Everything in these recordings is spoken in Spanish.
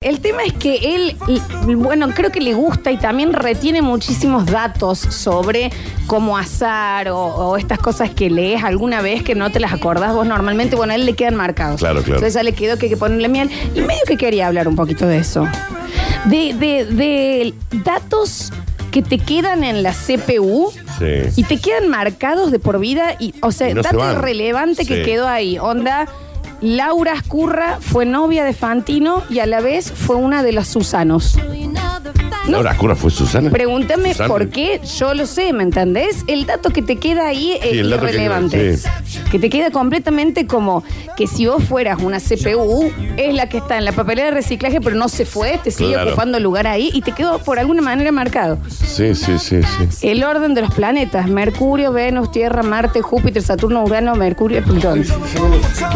El tema es que él, l- bueno, creo que le gusta y también retiene muchísimos datos sobre cómo azar o, o estas cosas que lees alguna vez que no te las acordás vos normalmente. Bueno, a él le quedan marcados. Claro, claro. Entonces ya le quedó que hay que ponerle miel. Y medio que quería hablar un poquito de eso. De, de, de datos que te quedan en la CPU Sí. y te quedan marcados de por vida. Y, o sea, Y no se dato van. irrelevante que Sí. quedó ahí. Onda, Laura Escurra fue novia de Fantino y a la vez fue una de los Susanos. No. Laura Ascurra fue Susana. Pregúntame Susana. por qué, yo lo sé, ¿me entendés? El dato que te queda ahí es Sí, el dato que- irrelevante. Que, sí. te queda completamente como que si vos fueras una CPU, es la que está en la papelera de reciclaje, pero no se fue, te sigue Claro. ocupando lugar ahí y te quedó por alguna manera marcado. Sí, sí, sí, sí. El orden de los planetas, Mercurio, Venus, Tierra, Marte, Júpiter, Saturno, Urano, Mercurio, Plutón.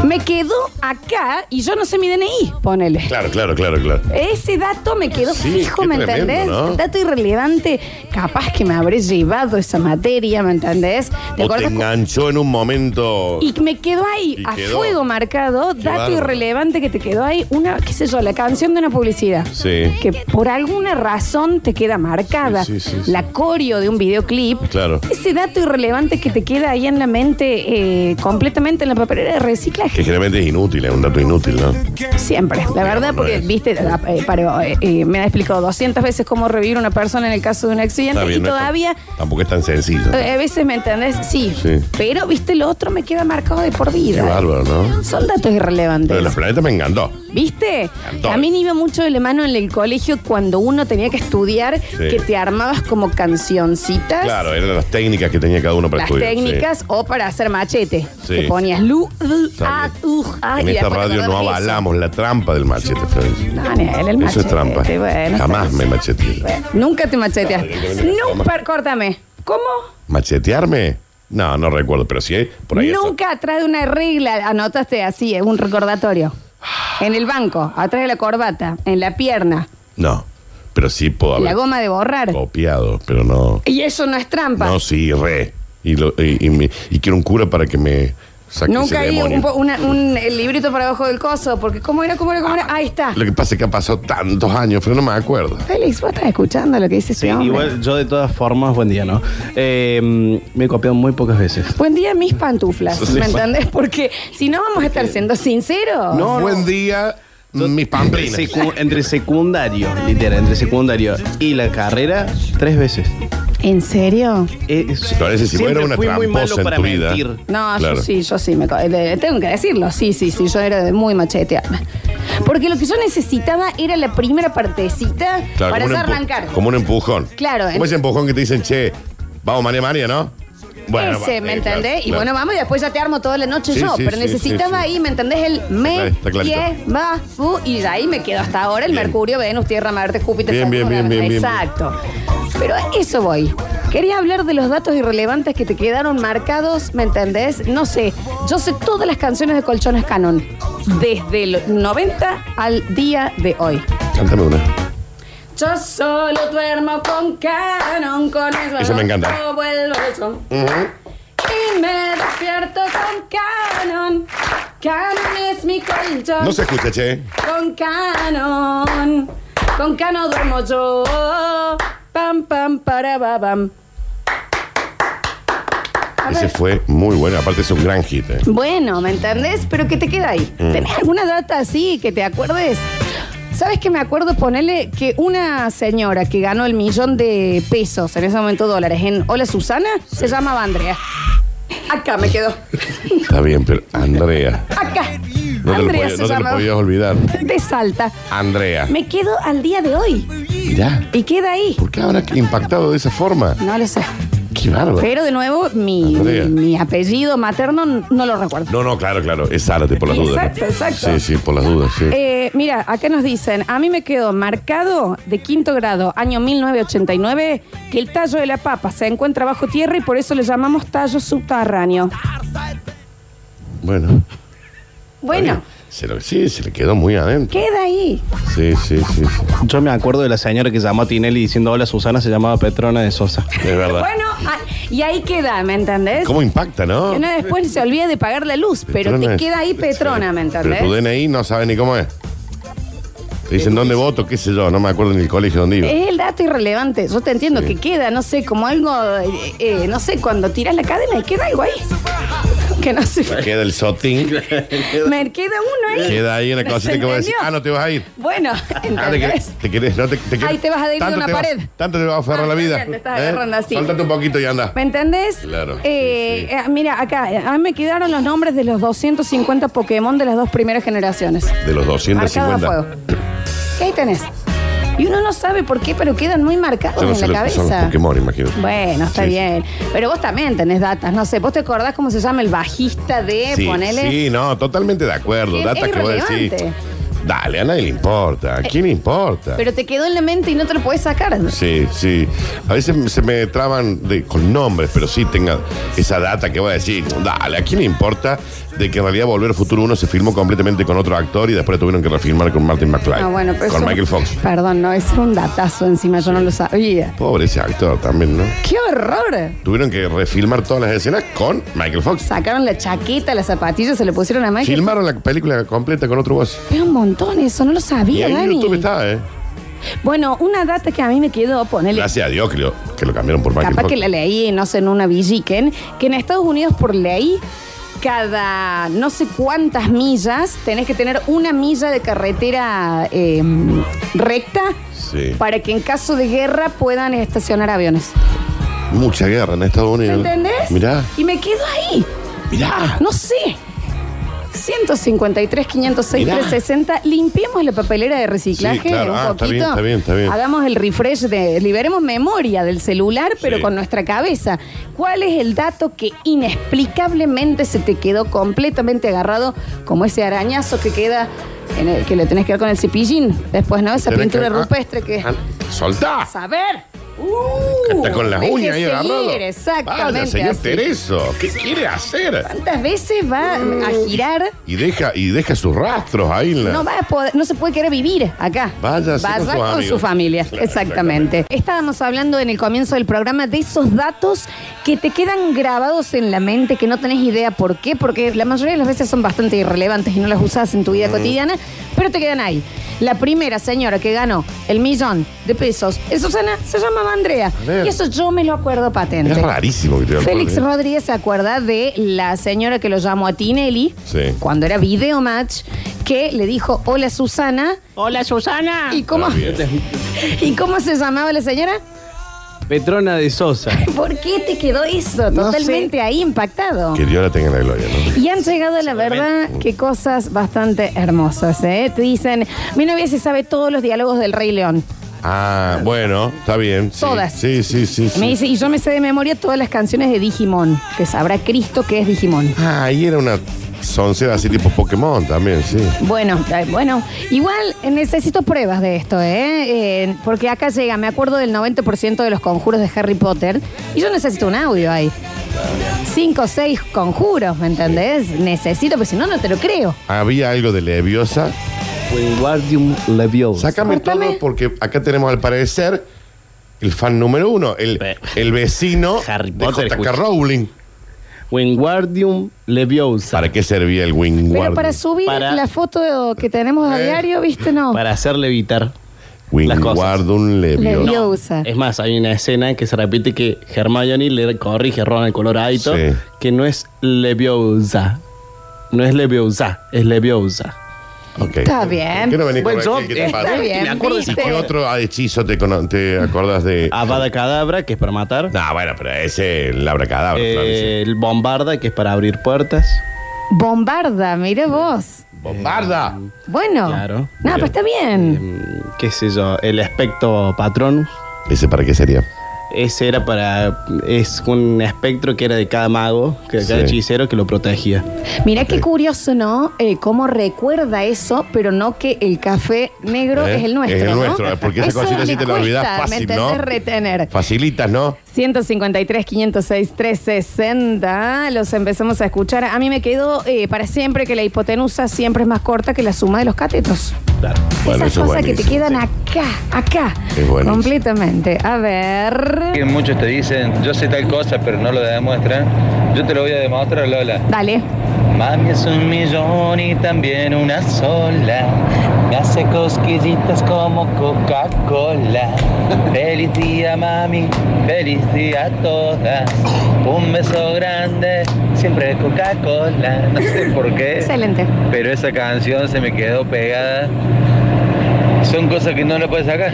Me quedo acá y yo no sé mi DNI, ponele. Claro, claro, claro, claro. Ese dato me quedó Sí, fijo, qué ¿me tremendo, entendés? ¿no? Dato irrelevante, capaz que me habré llevado esa materia, ¿me entendés? ¿Te O te acordás? enganchó en un momento. Y me quedó ahí, Y a quedó. fuego marcado, Qué dato bárbaro. irrelevante que te quedó ahí, una, qué sé yo, la canción de una publicidad Sí. que por alguna razón te queda marcada. Sí, sí, sí, sí. La coreo de un videoclip. Claro. Ese dato irrelevante que te queda ahí en la mente eh, completamente en la papelera de Que reciclaje. generalmente es inútil, es un dato inútil, ¿no? Siempre, la verdad, no porque, es. viste, la- eh, pero, eh, eh, me ha explicado 200 veces cómo revivir una persona en el caso de un accidente Está bien, y no es tan- todavía, tampoco es tan sencillo. eh, a veces, ¿me entendés? Sí, Sí. pero, viste, lo otro me queda marcado de por Qué vida. bárbaro, ¿no? Son datos Pero irrelevantes. los planetas me encantó. ¿Viste? Encantó. También iba mucho de la mano en el colegio cuando uno tenía que estudiar, que te armabas como cancioncitas, Claro, eran las técnicas que tenía cada uno para las estudiar. sí. técnicas o para hacer machete. Sí. Te ponías lu, lu, ah, También. uh, ah, en y después te esta radio no acordabas de eso. avalamos la trampa del machete, Florencia. No, Daniel, el Eso machete, es trampa. bueno, Jamás está- me macheteé. Bueno, Nunca te macheteas. No, directamente no. Nunca, córtame. ¿Cómo? ¿Machetearme? No, no recuerdo, pero sí, eh, por ahí. está. Nunca atrás de una regla anotaste así, es un recordatorio. En el banco, atrás de la corbata, en la pierna, No, pero sí puedo la haber goma de borrar. copiado, pero no. Y eso no es trampa. No, sí, re. Y, lo- y, y me- y quiero un cura para que me saque Nunca ese hay demonio. un, po- una- un- el librito para abajo del coso, porque ¿cómo era? ¿Cómo era? ¿Cómo era? Ahí está. Lo que pasa es que han pasado tantos años, pero no me acuerdo. Félix, vos estás escuchando lo que dice Sí, ese hombre. igual yo de todas formas, buen día, ¿no? Eh, me he copiado muy pocas veces. Buen día, mis pantuflas. Sí. ¿Me entendés? Porque si no vamos a estar siendo sinceros. No, Buen no. día, mis pamplinas. Secu- entre secundario, literal, entre secundario y la carrera, tres veces. Eh, ¿En serio? Es- Parece si siempre fuera una fui muy malo tramposa en para tu vida. mentir. No, Claro. yo sí, yo sí. Me, co- eh, tengo que decirlo. Sí, sí, sí. Yo era de muy macheteada. Porque lo que yo necesitaba era la primera partecita Claro, para ya como un empu- arrancar. Como un empujón. Claro, Como en- ese empujón que te dicen, che, vamos María María, ¿no? Ese, va, ¿me eh, claro, entendés? y claro. bueno, vamos y después ya te armo toda la noche Sí, yo. sí, pero sí, necesitaba sí, sí. ahí, ¿me entendés? El Está- me, está clarito. pie, va, bu, y de ahí me quedo hasta ahora el Bien. Mercurio, Venus, Tierra, Marte, Júpiter, Bien, bien, Saturno, bien, bien, bien, Exacto. Pero a eso voy. Quería hablar de los datos irrelevantes que te quedaron marcados, ¿me entendés? No sé, yo sé todas las canciones de Colchones Canon, desde el 90 al día de hoy. Cántame una. Yo solo duermo con Canon, con eso, Eso me encanta. no vuelvo al sol. Y me despierto con Canon. Canon es mi colchón. No se escucha, che. Con Canon. Con Canon duermo yo. Pam, pam, para, ba, bam. A Ese ver. fue muy bueno. Aparte es un gran hit. eh. Bueno, ¿me entendés? Pero que te queda ahí. Mm. ¿Tenés alguna data así que te acuerdes? ¿Sabes que me acuerdo? Ponerle que una señora que ganó el millón de pesos, en ese momento dólares, en Hola Susana, se llamaba Andrea. Acá me quedó. Está bien, pero Andrea. Acá. No te, lo, Andrea se podía- no te lo llamaba. podías olvidar. De Salta. Andrea. Me quedo al día de hoy. Mirá. Y queda ahí. ¿Por qué habrá impactado de esa forma? No lo sé. Qué bárbaro. Pero de nuevo, mi, Andrea. mi- mi apellido materno no lo recuerdo. No, no, claro, claro. Es Zárate por las dudas. ¿no? Exacto, exacto. Sí, sí, por las dudas, sí. Eh, mira, acá nos dicen, a mí me quedó marcado de quinto grado, año 1989, que el tallo de la papa se encuentra bajo tierra y por eso le llamamos tallo subterráneo. Bueno. Bueno, Se lo- sí, se le quedó muy adentro. queda ahí. Sí, sí, sí, sí. Yo me acuerdo de la señora que llamó a Tinelli diciendo hola Susana, se llamaba Petrona de Sosa. Es verdad. Bueno, ah, y ahí queda, ¿me entendés? ¿Cómo impacta, no? Uno después se olvida de pagar la luz, pero Petrona te es- queda ahí Petrona, ¿me Pero tu entendés? DNI no sabe ni cómo es. Te dicen, Eh, ¿dónde voto? ¿Qué sé yo? No me acuerdo ni el colegio donde iba. Es el dato irrelevante. Yo te entiendo que queda, no sé, como algo, eh, eh, no sé, cuando tiras la cadena y queda algo ahí. Que no sé. Queda el sotín. Me queda uno ahí. Queda ahí en la ¿No cosita se que va a decir, entendió? ah, no te vas a ir. Bueno, Ah, te querés, ¿entendés? te querés, no te, te querés. Ahí te vas a ir de Tanto una te pared. vas- tanto te vas a aferrar Ah, la vida. ¿eh? te estás agarrando así. Soltate un poquito y anda. ¿Me entendés? Claro, Eh, sí, eh, mira, acá, eh, a mí me quedaron los nombres de los 250 Pokémon de las dos primeras generaciones. De los Marcados a 250. fuego. ¿Qué ahí tenés? Y uno no sabe por qué, pero quedan muy marcados Yo no en sé la lo que cabeza. son los Pokémon, imagino. Bueno, está Sí, sí. bien. Pero vos también tenés datas, no sé. ¿Vos te acordás cómo se llama el bajista de Sí, Ponele? sí, no, totalmente de acuerdo. Es- Data es que voy a decir. irrelevante. Eh, Dale, a nadie le importa. ¿A quién le importa? Pero te quedó en la mente y no te lo podés sacar. Sí, sí. A veces se me traban de- con nombres, pero sí tenga esa data que voy a decir. Dale, ¿a quién le importa de que en realidad Volver al Futuro 1 se filmó completamente con otro actor y después tuvieron que refilmar con Martin McFly? Ah, bueno, pero con eso- Michael Fox. Perdón, no, es un datazo encima, yo no lo sabía. Pobre ese actor también, ¿no? ¡Qué horror! Tuvieron que refilmar todas las escenas con Michael Fox. Sacaron la chaqueta, las zapatillas, se le pusieron a Michael. Filmaron la película completa con otro voz. Pero un montón eso, no lo Y sabía, ahí en Dani. YouTube está, ¿eh? Bueno, una data que a mí me quedó, ponele. Gracias a Dios que lo, que lo cambiaron por Michael Capaz Fox. que la leí, no sé, en una Villiquen, que en Estados Unidos por ley, cada no sé cuántas millas, tenés que tener una milla de carretera eh, recta Sí. para que en caso de guerra puedan estacionar aviones. Mucha guerra en Estados ¿Me Unidos. entendés? Mirá, Y me quedo ahí. mirá. No sé. 153, 506, Mirá. 360. Limpiemos la papelera de reciclaje Sí, claro. un Ah, está poquito. bien, está bien, está bien. Hagamos el refresh de. Liberemos memoria del celular, pero Sí. con nuestra cabeza. ¿Cuál es el dato que inexplicablemente se te quedó completamente agarrado, como ese arañazo que queda, en el, que le tenés que dar con el cepillín? Después, ¿no? Esa Tenés pintura que- ah, rupestre que. ah, ¡Soltá! ¡Saber! ¡Uh! Está con las Deje uñas ahí seguir, agarrado. Exactamente. Vaya, señor así. Tereso, ¿qué quiere hacer? ¿Cuántas veces va a girar? Y deja, y deja sus rastros ahí en la. No, va a poder- no se puede querer vivir acá. Váyase Vaya con sus con su amigos. familia. Claro, exactamente. Estábamos hablando en el comienzo del programa de esos datos que te quedan grabados en la mente, que no tenés idea por qué, porque la mayoría de las veces son bastante irrelevantes y no las usás en tu Mm. vida cotidiana, pero te quedan ahí. La primera señora que ganó el millón de pesos, es Susana, se llamaba Andrea. A ver. Y eso yo me lo acuerdo patente. es rarísimo que te lo Félix acuerdes. Rodríguez se acuerda de la señora que lo llamó a Tinelli Sí. cuando era Video Match, que le dijo hola Susana. Hola, Susana. ¿Y cómo, Está Este bien. ¿Y cómo se llamaba la señora? Petrona de Sosa. ¿Por qué te quedó eso No totalmente ahí impactado? Que Dios la tenga en la gloria, ¿no? Y han llegado, la verdad, que cosas bastante hermosas, ¿eh? Te dicen, mi novia se sabe todos los diálogos del Rey León. Ah, bueno, está bien. sí. Todas. Sí, sí, sí. sí. Me dice, y yo me sé de memoria todas las canciones de Digimon, que sabrá Cristo que es Digimon. Ah, ahí era una soncera así tipo Pokémon también, sí. Bueno, eh, bueno, igual eh, necesito pruebas de esto, ¿eh? Eh, Porque acá llega, me acuerdo del 90% de los conjuros de Harry Potter y yo necesito un audio ahí. Cinco o seis conjuros, ¿me entendés? Necesito, porque si no, no te lo creo. Había algo de Leviosa. Wingardium Pues, Leviosa. Sácame Córtame. todo porque acá tenemos al parecer el fan número uno, el, Eh. el vecino Harry de Potter, pues. J.K. escucha. Rowling. Wingardium Pues, Leviosa. ¿Para qué servía el Wing Pero para subir Para- la foto que tenemos a Eh. diario, ¿viste? No. Para hacer levitar. las cosas. Wingardium Leviosa. Leviosa. No, Eh, usa. Es más, hay una escena que se repite que Hermione le corrige a Ron el color a Aito, Sí. que no es Leviosa. No es Leviosa, es Leviosa. Ok. Está bien. ¿Qué no venís Bueno, con yo- aquel que te está pasa? bien, ¿Y me acuerdo ¿viste? Ah. de- ¿Qué otro hechizo te, cono- te acordás de? Avada Cadabra, que es para matar. No, bueno, pero ese el abracadabra. Eh, Florencia. el Bombarda, que es para abrir puertas. Bombarda, mire vos. Bombarda. Bueno. Claro. No, pero está bien. Mm, ¿Qué sé yo? El aspecto Patronus. ¿Ese para qué sería? Ese era para. Es un espectro que era de cada mago, que de cada Sí. hechicero que lo protegía. Mirá qué curioso, ¿no? Eh, cómo recuerda eso, pero no que el café negro ¿Eh? es el nuestro. Es el ¿no? nuestro, eh, porque esa Eso cosita sí le te la olvidás cuesta, fácil, ¿me ¿no? entendés? retener. Facilitas, ¿no? 153, 506, 360. Los empezamos a escuchar. A mí me quedó eh, para siempre que la hipotenusa siempre es más corta que la suma de los catetos. Claro. Bueno, Esas eso es cosas que te buenísimo, quedan sí. acá, acá. Es buenísimo. completamente. A ver. Que muchos te dicen, yo sé tal cosa, pero no lo demuestran. Yo te lo voy a demostrar, Lola. Dale. Mami es un millón y también una sola. Me hace cosquillitas como Coca-Cola. Feliz día, mami. Feliz día a todas. Un beso grande, siempre Coca-Cola. No sé por qué. Excelente. Pero esa canción se me quedó pegada. Son cosas que no le puedes sacar.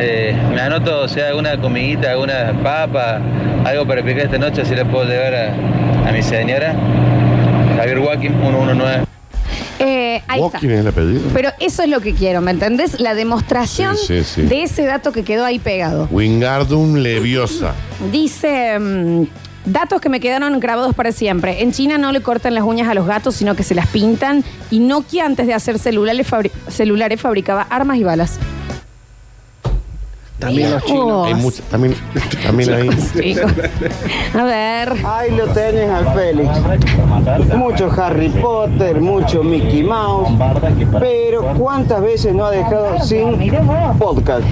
Eh, me anoto, o sea, alguna comidita, alguna papa, algo para picar esta noche, si le puedo llevar a, a mi señora. Javier Joaquín, 119. Eh, ahí está. ¿Vos quién es el apellido? Pero eso es lo que quiero, ¿me entendés? La demostración Sí, sí, sí. de ese dato que quedó ahí pegado. Wingardium Leviosa. Dice. mm, Datos que me quedaron grabados para siempre. En China no le cortan las uñas a los gatos, sino que se las pintan. Y Nokia, antes de hacer celulares, fabri- celulares fabricaba armas y balas. También los chinos. Hay mucha- también, también hay. Chicos. A ver. Ahí lo tenés al Félix. Mucho Harry Potter, mucho Mickey Mouse. Pero ¿cuántas veces no ha dejado sin podcast?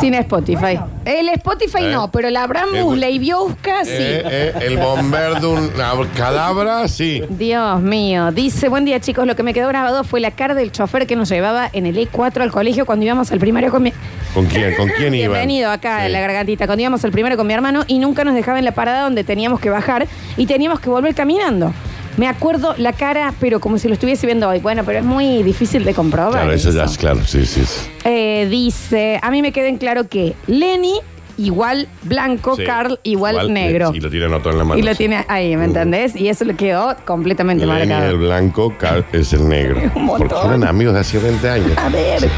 Sin Spotify. El Spotify Eh. no, pero la Abraham Eh, Busley Biosca sí. Eh, eh, el Bomberdum Cadabra, sí. Dios mío. Dice, buen día chicos, lo que me quedó grabado fue la cara del chofer que nos llevaba en el E4 al colegio cuando íbamos al primario con mi... ¿Con quién? ¿Con quién iba? Bienvenido acá Sí. en la gargantita, cuando íbamos al primero con mi hermano y nunca nos dejaba en la parada donde teníamos que bajar y teníamos que volver caminando. Me acuerdo la cara, pero como si lo estuviese viendo hoy. Bueno, pero es muy difícil de comprobar. Claro, eso ya eso. es claro, sí, sí. sí. Eh, dice, a mí me queda en claro que Lenny igual blanco, Sí. Carl igual, negro. Y lo tiene anotado en la mano. Y lo sí. tiene ahí, ¿me entendés? Y eso le quedó completamente Uh. Lenny es el marcado. blanco, Carl es el negro. Un montón. Porque eran amigos de hace 20 años. A ver,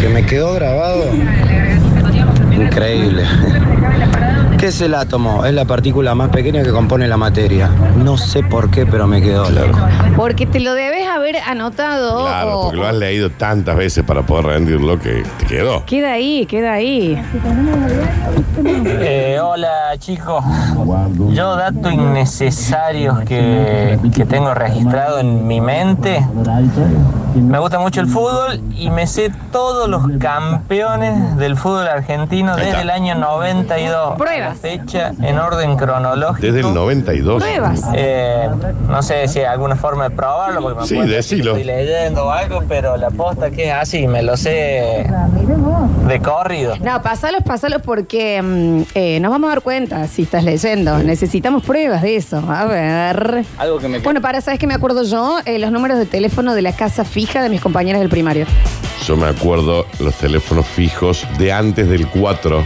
Que me quedó grabado. Increíble. ¿Qué es el átomo? Es la partícula más pequeña que compone la materia. No sé por qué, pero me quedó. loco. porque te lo debes haber anotado. Claro, o- porque lo has leído tantas veces para poder rendirlo que te quedó. Queda ahí, queda ahí. Eh, hola chicos, yo datos innecesarios que, que tengo registrado en mi mente. Me gusta mucho el fútbol y me sé todos los campeones del fútbol argentino Ahí está. desde el año 92 a la Pruebas. fecha en orden cronológico. Desde el 92. Pruebas. Eh, no sé si hay alguna forma de probarlo, porque me Sí, puede decir decilo. que estoy leyendo o algo, pero la posta que es así, me lo sé de corrido. No, pasalos, pasalos porque mm, eh, nos vamos a dar cuenta si estás leyendo. Necesitamos pruebas de eso. A ver. Algo que me Bueno, para, ¿sabes qué me acuerdo yo? Eh, los números de teléfono de la casa fija de mis compañeras del primario. Yo me acuerdo los teléfonos fijos de antes del 4.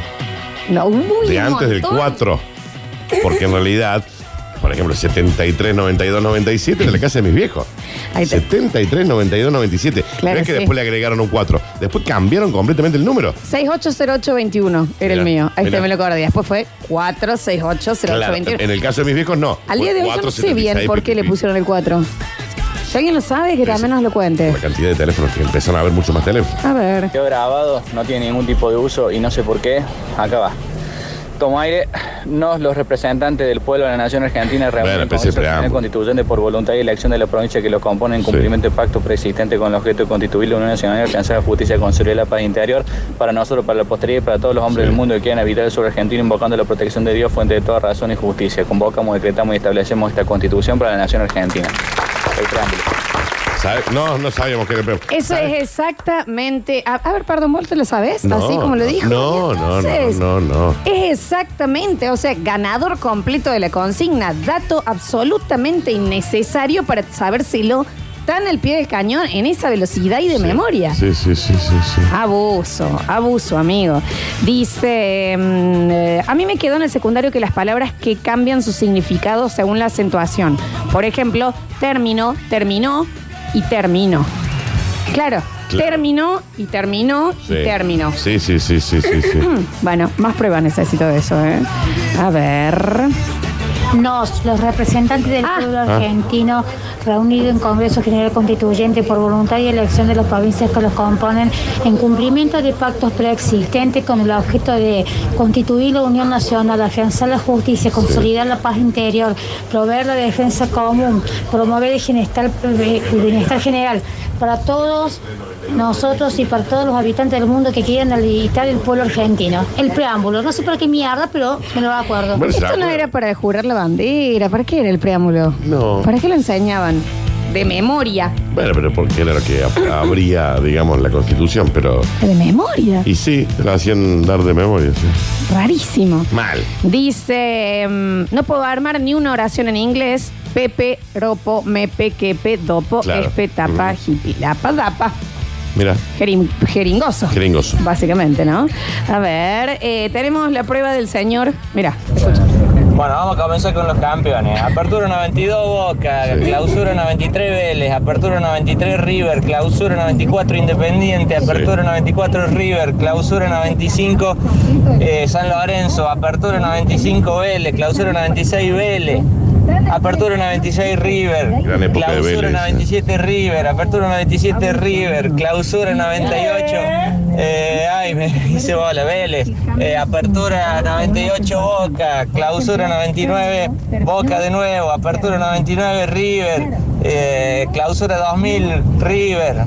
No, muy de antes del 4. Porque en realidad, por ejemplo, 73, 92, 97 de la casa de mis viejos. Ahí está. 73, 92, 97. Claro, Mirá sí. que después le agregaron un 4. Después cambiaron completamente el número. 680821 era el Mirá, mío. Ahí mirá. te me lo acordé. Después fue 4680821. en el caso de mis viejos, no. Al día de hoy yo no sé bien por qué le pusieron pusieron el 4. Si alguien lo sabe, que también nos lo cuente. La cantidad de teléfonos que empezaron a haber mucho más teléfonos. A ver. Quedó grabado, no tiene ningún tipo de uso y no sé por qué. Acá va. Como aire, nos los representantes del pueblo de la Nación Argentina reúnen Bueno, con pero ese el Nacional preámbulo. Constituyente por voluntad y elección de la provincia que lo componen en Sí. cumplimiento del pacto preexistente con el objeto de constituir la Unión Nacional y alcanzar la justicia, construir la paz interior para nosotros, para la posteridad y para todos los hombres Sí. del mundo que quieran habitar el sur argentino invocando la protección de Dios, fuente de toda razón y justicia. Convocamos, decretamos y establecemos esta constitución para la Nación Argentina. El preámbulo. ¿Sabe? No, no sabíamos que era el premio. Eso ¿Sabe? es exactamente. A, a ver, perdón, ¿vos te lo sabes? No, Así como lo no, dijo. no, Y no, entonces, no, no, no. Es exactamente, o sea, ganador completo de la consigna. Dato absolutamente innecesario para sabérselo tan al pie del cañón en esa velocidad y de Sí. memoria. Sí, sí, sí, sí, sí. Abuso, abuso, amigo. Dice, mm, eh, a mí me quedó en el secundario que las palabras que cambian su significado según la acentuación. Por ejemplo, término, terminó y terminó. Claro, Claro. terminó y terminó Sí. y terminó. Sí, sí, sí, sí, sí, sí. Bueno, más pruebas necesito de eso, ¿eh? A ver. Nos, los representantes del Ah. pueblo Ah. argentino, reunido en Congreso General Constituyente por voluntad y elección de las provincias que los componen, en cumplimiento de pactos preexistentes con el objeto de constituir la Unión Nacional, afianzar la justicia, consolidar la paz interior, proveer la defensa común, promover el bienestar, el bienestar general para todos nosotros y para todos los habitantes del mundo que quieran habilitar el pueblo argentino. El preámbulo, no sé para qué mierda, pero me lo acuerdo. Bueno, Esto no ¿sabe? era para jurar la bandera, ¿para qué era el preámbulo? No. ¿Para qué lo enseñaban? de memoria. Bueno, pero porque era lo que ab- abría, digamos, la constitución, pero. De memoria. Y sí, te la hacían dar de memoria, sí. Rarísimo. Mal. Dice, mm, no puedo armar ni una oración en inglés. Pepe, ropo, mepe, quepe, dopo, Claro. espe, tapa, Mm. jipilapa, dapa. Mira, Jerin- jeringoso. Jeringoso. Básicamente, ¿no? A ver, eh, tenemos la prueba del señor. Mira, escucha. Bueno, vamos a comenzar con los campeones. Apertura 92 Boca, Sí. clausura 93 Vélez, apertura 93 River, clausura 94 Independiente, apertura 94 River, clausura 95 eh, San Lorenzo, apertura 95 Vélez, clausura 96 Vélez. Apertura 96 River, Gran época de clausura Vélez, eh. 97 River, apertura 97 River, clausura 98. eh, ay, me hice bola Vélez. eh, apertura 98 Boca, clausura 99 Boca de nuevo, apertura 99 River, eh, clausura 2000 River,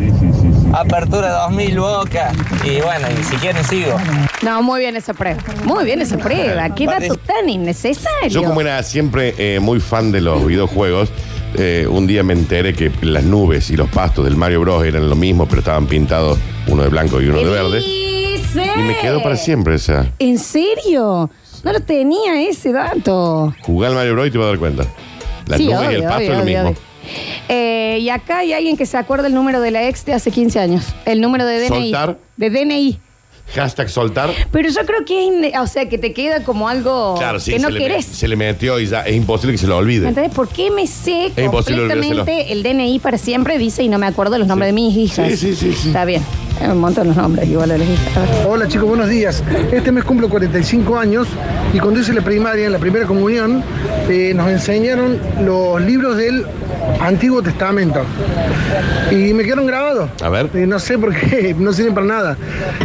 apertura 2000 Boca. Y bueno, y si quieren sigo. No, muy bien esa prueba. Muy bien esa prueba. Qué dato tan innecesario. yo como era siempre eh, muy fan de los videojuegos, eh, un día me enteré que las nubes y los pastos del Mario Bros eran lo mismo, pero estaban pintados uno de blanco y uno de verde. Dice. Y me quedó para siempre esa. ¿En serio? No lo tenía ese dato. Jugar al Mario Bros y te vas a dar cuenta. Las Sí, nubes y el obvio, pasto obvio, es lo obvio, mismo. obvio. Eh, y acá hay alguien que se acuerda el número de la ex de hace 15 años. El número de DNI. Soltar. De DNI. Hashtag soltar. Pero yo creo que es, inne- o sea, que te queda como algo Claro, sí, que no se, querés. Le, se le metió y ya es imposible que se lo ¿Me olvide. entendés? ¿Por qué me sé Es imposible completamente olvidárselo. el DNI para siempre? Dice, y no me acuerdo los nombres de mis hijas. Sí, sí, sí, sí. Está bien. Eh, Un montón los nombres, igual a las hijas. A ver. Hola chicos, buenos días. Este mes cumplo 45 años y cuando hice la primaria, en la primera comunión, eh, nos enseñaron los libros del Antiguo Testamento. Y me quedaron grabados. A ver. Eh, no sé por qué, no sirven para nada.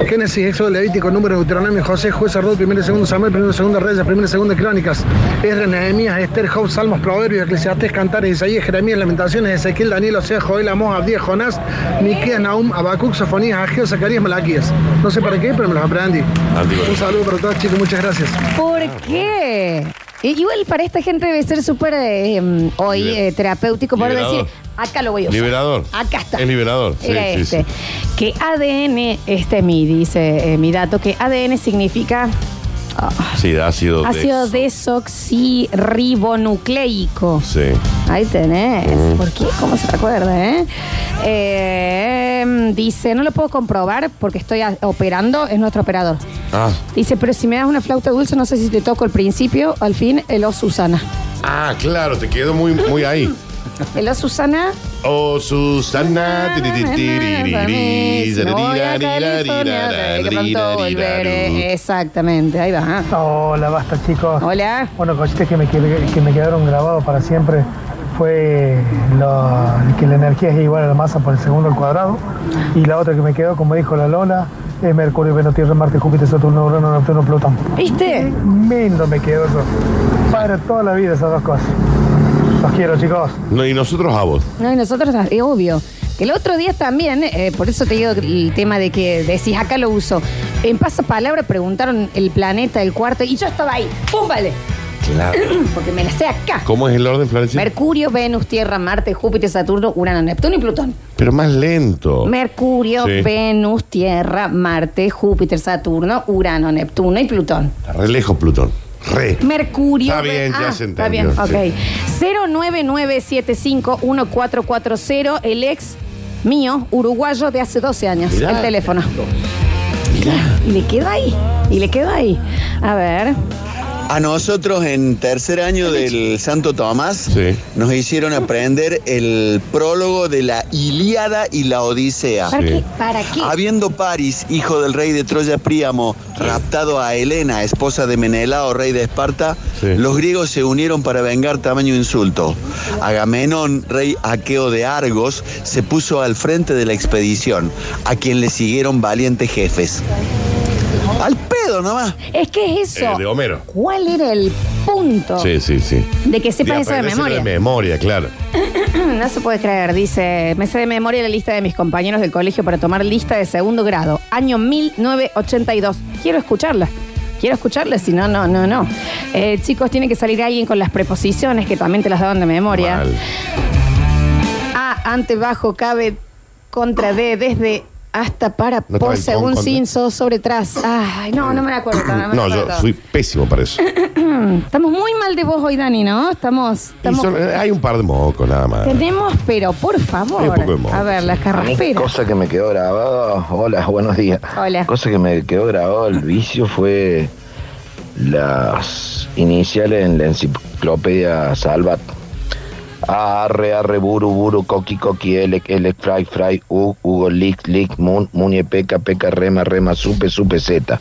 Génesis, Éxodo, Levítico, Número, Deuteronomio, José, Juez, Arrod, Primero y Segundo Samuel, Primero y Segundo Reyes, Primero y Segundo Crónicas, Esdras, Nehemías, Esther, Job, Salmos, Proverbios, Eclesiastés, Cantares, Isaías, Jeremías, Lamentaciones, Ezequiel, Daniel, Osea, Joel, Amós, Abdías, Jonás, Miqueas, Nahum, Habacuc, Sofonías, Ageo, Zacarías, Malaquías. No sé para qué, pero me los aprendí. Antiguo. Un saludo para todos chicos, muchas gracias. ¿Por Ah. qué? I- Igual para esta gente debe ser súper eh, mm, hoy Liber- eh, terapéutico poder Liberador. decir, acá lo voy a usar. Liberador. Acá está. Es liberador. Sí, Era sí, este. sí. Que ADN, este es mi, dice eh, mi dato, que ADN significa ah, Sí, ha sido. ácido desoxirribonucleico. Sí. Ahí tenés. ¿Por qué? ¿Cómo se recuerda, eh? Eh, Dice, no lo puedo comprobar porque estoy a- operando, es nuestro operador. Ah. Dice, pero si me das una flauta dulce, no sé si te toco el principio, al fin, el O Susana. Ah, claro, te quedó muy, muy ahí. El O Susana. Oh, Susana. tiri, tiri, tiri, tiri, Me voy a tiri, California, de que pronto volveré. tiri, Exactamente, ahí va. ah. Hola, basta chicos. Hola. Bueno, cositas que me, qued- que me quedaron grabados para siempre fue lo- que la energía es igual a la masa por el segundo al cuadrado. Y la otra que me quedó, como dijo la Lola, es Mercurio, Venus, Tierra, Marte, Júpiter, Saturno, Urano, Neptuno, Plutón. ¿Viste? Lindo me quedó eso. Para toda la vida esas dos cosas. Los quiero, chicos. No, y nosotros a vos. No, y nosotros, es obvio. que El otro día también, eh, por eso te digo el tema de que decís, acá lo uso. En pasapalabra preguntaron el planeta, el cuarto, y yo estaba ahí. ¡Pum, vale! Claro. Porque me la sé acá. Ah. ¿Cómo es el orden, Florencia? Mercurio, Venus, Tierra, Marte, Júpiter, Saturno, Urano, Neptuno y Plutón. Pero más lento. Mercurio, Oh. Sí. Venus, Tierra, Marte, Júpiter, Saturno, Urano, Neptuno y Plutón. Está Re lejos, Plutón. Re. Mercurio. Está bien, Ve- ya Ah, se Está bien, entendió, ok. 099751440, el ex mío, uruguayo, de hace 12 años. Mirá. El teléfono. Y le queda ahí. Y le queda ahí. A ver. A nosotros en tercer año del Santo Tomás Sí. nos hicieron aprender el prólogo de la Ilíada y la Odisea. ¿Para Ah, Sí. qué? ¿Para qué? Habiendo Paris, hijo del rey de Troya Príamo, raptado a Helena, esposa de Menelao, rey de Esparta, Sí. los griegos se unieron para vengar tamaño insulto. Agamenón, rey aqueo de Argos, se puso al frente de la expedición, a quien le siguieron valientes jefes. Al pedo nomás. Es que es eso. Eh, de Homero. ¿Cuál era el punto Sí, sí, sí. de que sepa De eso de aprendérselo memoria? de memoria, claro. No se puede creer, dice. Me sé de memoria la lista de mis compañeros del colegio para tomar lista de segundo grado, año 1982. Quiero escucharla. Quiero escucharla, si no, no, no, no. Eh, chicos, tiene que salir alguien con las preposiciones que también te las daban de memoria. Mal. Ah, ante, bajo, cabe, contra, de, desde, hasta, para, No estaba por, el con, según, contra. sin, so, sobre, tras. Ay, no, no me la acuerdo. No, me la No, yo acuerdo. soy pésimo para eso. Estamos muy mal de vos hoy, Dani, ¿no? Estamos... Y estamos son- hay un par de mocos nada más. Tenemos, pero por favor. Hay un poco de modo, a ver, las carrasperas. Cosa que me quedó grabado, hola, buenos días. Hola. Cosa que me quedó grabado el vicio fue las iniciales en la enciclopedia Salvat. Arre, arre, buru, buru, coqui, coqui, elec, elec, fry, fry, u, hugo, lick, lick, mun, muñe, peca, peca, rema, rema, supe, supe, zeta.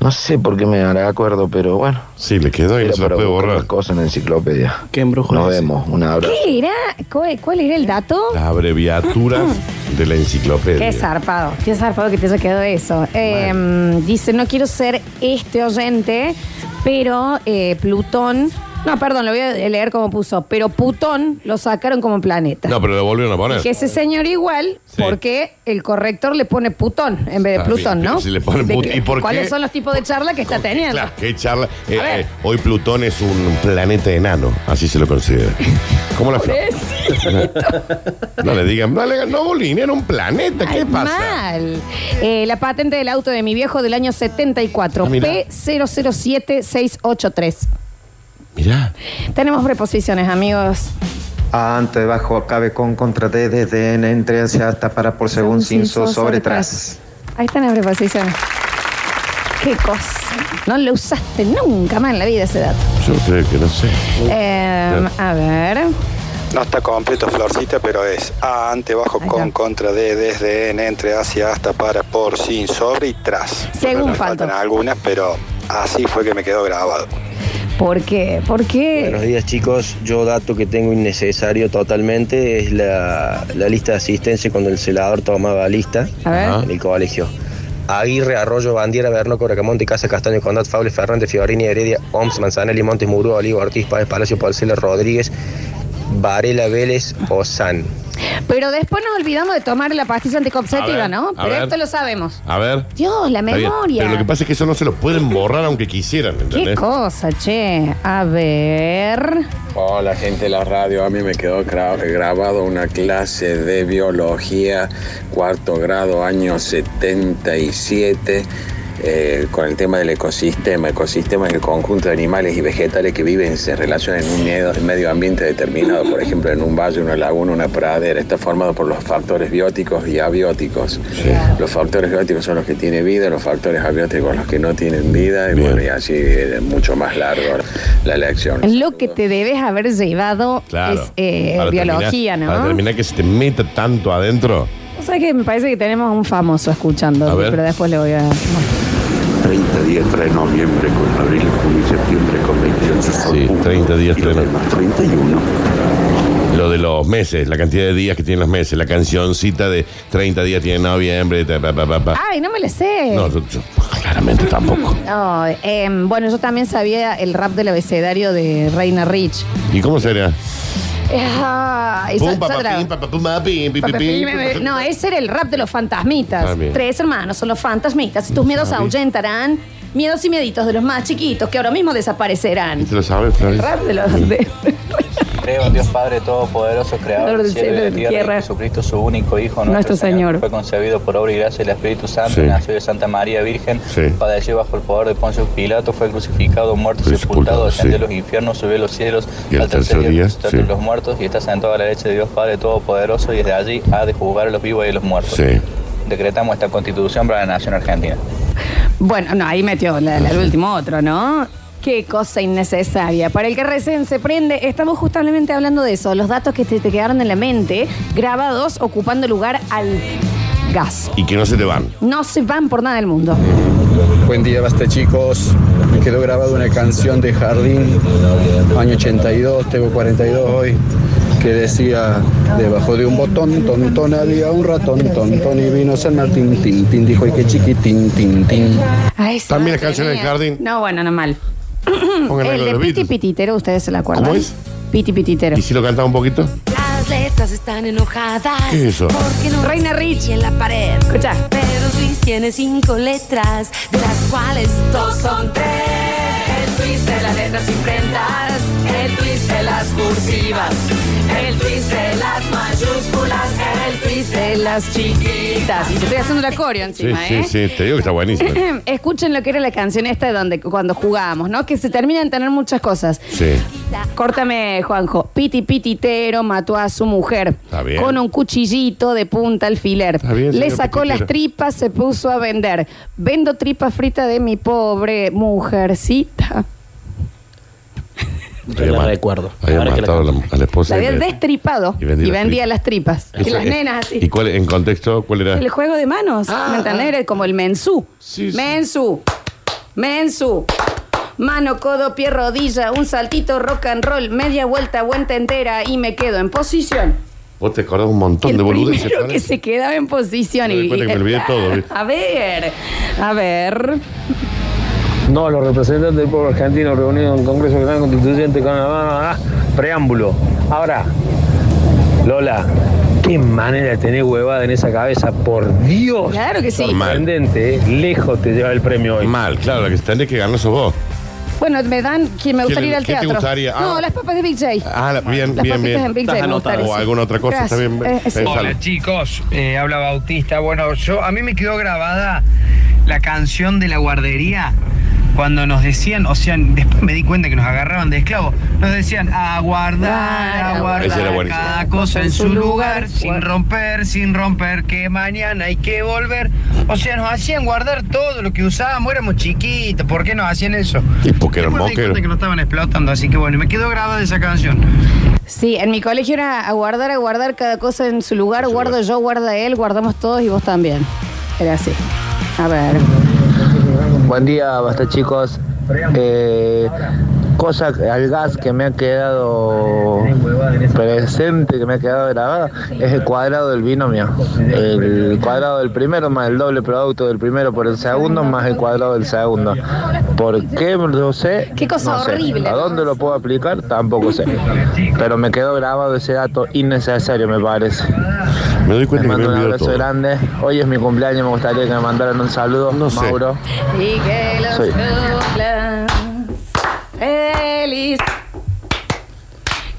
No sé por qué me hará acuerdo, pero bueno. Sí, le quedó y no se lo puede borrar. cosas en la enciclopedia. Qué embrujo Nos es. vemos, un abrazo. ¿Qué era? ¿Cuál cuál era el dato? Las abreviaturas de la enciclopedia. Qué zarpado, qué zarpado que te haya quedado eso. Eh, dice, no quiero ser este oyente, pero eh, Plutón... No, perdón, lo voy a leer como puso. Pero Plutón lo sacaron como planeta. No, pero lo volvieron a poner. Que ese señor igual, Sí. porque el corrector le pone Plutón en vez de Está bien, Plutón, pero ¿no? si le ponen De Put- que- ¿y por qué? ¿Cuáles son los tipos de charla que está teniendo? Claro, qué charla. Eh, ver. eh, hoy Plutón es un planeta enano, así se lo considera. ¿Cómo la flor? No le digan, no le digan, no, Bolín, era un planeta, ¿qué Ay, pasa? Mal. Eh, la patente del auto de mi viejo del año 74, Ah, mira. P007683. Mirá. Tenemos preposiciones, amigos. Ante, bajo, acabe con, contra, de, desde, en, entre, hacia, hasta, para, por, según, sin, so, sobre, tras. Ahí están las preposiciones. Qué cosa. No lo usaste nunca más en la vida ese dato. Yo creo que no sé. Eh, a ver. No está completo, Florcita, pero es A, ante, bajo, con, contra, de, desde, en, entre, hacia, hasta, para, por, sin, sobre y tras. Según Me Falto. faltan algunas, pero así fue que me quedó grabado. ¿Por qué? ¿Por qué? Buenos días chicos, yo dato que tengo innecesario totalmente es la, la lista de asistencia cuando el celador tomaba lista A ver. en el colegio. Aguirre, Arroyo, Bandiera, Berno, Coracamonte, Casa, Castaño, Condat, Fables, Fernández, Fiorini, Heredia, Oms, Manzanelli, Montes, Murú, Olivo, Ortiz, Páez, Palacio, Porcela, Rodríguez, Varela, Vélez, Ozán. Pero después nos olvidamos de tomar la pastilla anticonceptiva, A ver, ¿no? a Pero ver. esto lo sabemos. A ver. Dios, la Está bien. memoria. Pero lo que pasa es que eso no se lo pueden borrar aunque quisieran, Qué ¿entendés? cosa, che. A ver. Hola gente de la radio, a mí me quedó gra- grabado una clase de biología, cuarto grado, año 77, eh, con el tema del ecosistema. Ecosistema es el conjunto de animales y vegetales que viven, se relacionan en un medio- medio ambiente determinado, por ejemplo, en un valle, una laguna, una pradera. Está formado por los factores bióticos y abióticos. Los factores bióticos son los que tienen vida, los factores abióticos los que no tienen vida, y bueno, y así es mucho más largo la lección. Lo que te debes haber llevado es eh, Pues, Para biología, terminar- Para ¿no? terminar que se te meta tanto adentro. O sea que me parece que tenemos a un famoso escuchando, A ver. pero después le voy a... 30 días trae noviembre con abril, junio y septiembre con 28 Sí, 30 días. 31. Lo de los meses, la cantidad de días que tienen los meses, la cancioncita de 30 días tiene noviembre. ta, pa, pa, pa, pa. Ay, no me le sé. Ah. No, yo- yo claramente tampoco. No, em, bueno, yo también sabía el rap del abecedario de Reina Rich. ¿Y cómo sería? Ah, y Pum, yo- yo papá, tra- pim, papá, pum, papá, pim, pi, pi, Papá, pim. pime, me- No, ese era el rap de los fantasmitas. Ah, bien. Tres hermanos son los fantasmitas. Tus miedos sabía. ahuyentarán. Miedos y mieditos de los más chiquitos que ahora mismo desaparecerán. ¿Te lo sabes, Flavio? El rap de los... de- Creo en Dios Padre Todopoderoso, Creador Creador del del cielo y de la tierra, y en Jesucristo, su único Hijo, Nuestro nuestro Señor. Señor. que Fue concebido por obra y gracia del Espíritu Santo, Sí. nació de Santa María Virgen, Sí. padeció bajo el poder de Poncio Pilato, fue crucificado, muerto, Fue sepultado, sepultado, descendió sí. a los infiernos, subió a los cielos, Y al tercer día, resucitó sí. entre los muertos y está sentado a la derecha de Dios Padre Todopoderoso y desde allí ha de juzgar a los vivos y a los muertos. Sí. Decretamos esta constitución para la nación argentina. Bueno, no, ahí metió la- la- el último otro, ¿no? Qué cosa innecesaria. Para el que recién se prende, estamos justamente hablando de eso, los datos que te, te quedaron en la mente, grabados ocupando lugar al gas. Y que no se te van. No se van por nada del mundo. Buen día, basta chicos. Me quedó grabada una canción de Jardín, año 82, tengo 42 hoy, que decía, debajo de un botón, tontón, había un ratón, tontón, y vino San Martín, tin, tin, dijo, y qué chiquitín, tin, tin. También las canciones de jardín. eh. No, bueno, no mal. Pongan algo el de de los Piti Beatles. Pititero, ustedes se la acuerdan. ¿Cómo es? Piti Pititero. ¿Y si lo cantaba un poquito? Las letras están enojadas. ¿Qué es eso? Porque no Reina Rich en la pared. Escucha. Pero Luis tiene cinco letras, de las cuales dos son tres. El twist de las letras imprentas, el twist de las cursivas, El pis de las mayúsculas, el pis de las chiquitas. Y te estoy haciendo la coreo Sí, encima, sí, ¿eh? sí, te digo que está buenísimo. Escuchen lo que era la canción esta de donde cuando jugábamos, ¿no? Que se terminan de tener muchas cosas. Sí. Córtame, Juanjo. Piti Pititero mató a su mujer bien. con un cuchillito de punta alfiler. bien, Le señor sacó Pititero. las tripas, se puso a vender. Vendo tripa frita de mi pobre mujercita. Había la ma- recuerdo. Había Ahora que la matado a la, a la esposa. La y había le- destripado y y vendía vendía, las las tripas. Y Eso las es- nenas así. ¿Y Ah, cuál, en contexto, cuál era? El juego de manos, ¿me entendés? Era como el mensú. Mensú. Mensú. Mano, codo, pie, rodilla, un saltito, rock and roll, media vuelta, vuelta entera y me quedo en posición. Vos te acordás un montón de boludeces. Primero ¿no? que se quedaba en posición Me y. doy cuenta que me olvidé todo, ¿viste? A ver, a ver. No, los representantes del pueblo argentino reunidos en Congreso Gran Constituyente con ah, ah, preámbulo. Ahora, Lola, qué manera de tener huevada en esa cabeza, por Dios. Claro que sí. Sorprendente, ¿eh? lejos te lleva el premio hoy. Mal, claro, la que tendría que ganar sos vos. Bueno, me dan quien me gustaría ¿Qué- ir al qué te teatro. gustaría? Ah. No, las papas de Big J. Ah, la- bien, Las bien, bien. papitas en Big J me gustaría, O sí. alguna otra cosa, está Gracias. bien. Eh, sí. pensalo. Hola chicos, eh, habla Bautista. Bueno, yo a mí me quedó grabada la canción de la guardería cuando nos decían, o sea, después me di cuenta que nos agarraban de esclavos, nos decían aguardar, Ese era aguardar buenísimo. cada cosa en su lugar, sin romper, sin romper, que mañana hay que volver. O sea, nos hacían guardar todo lo que usábamos, éramos chiquitos, ¿por qué nos hacían eso? Y porque eran Después me di moqueros. cuenta que nos estaban explotando, así que bueno, y me quedó grabada esa canción. Sí, en mi colegio era a guardar, a guardar cada cosa en su lugar. Guardo yo, guarda él, guardamos todos y vos también. Era así. A ver. Buen día, basta chicos. Eh, cosa al gas que me ha quedado presente, que me ha quedado grabada, es el cuadrado del binomio. El cuadrado del primero más el doble producto del primero por el segundo más el cuadrado del segundo. ¿Por qué? No sé. Qué cosa no sé. horrible. ¿A dónde lo puedo aplicar? Tampoco sé. Pero me quedó grabado ese dato innecesario, me parece. Me doy Les cuenta que me mando un olvidó abrazo todo. grande. Hoy es mi cumpleaños, me gustaría que me mandaran un saludo. Mauro. Y que los Sí. cumplas feliz.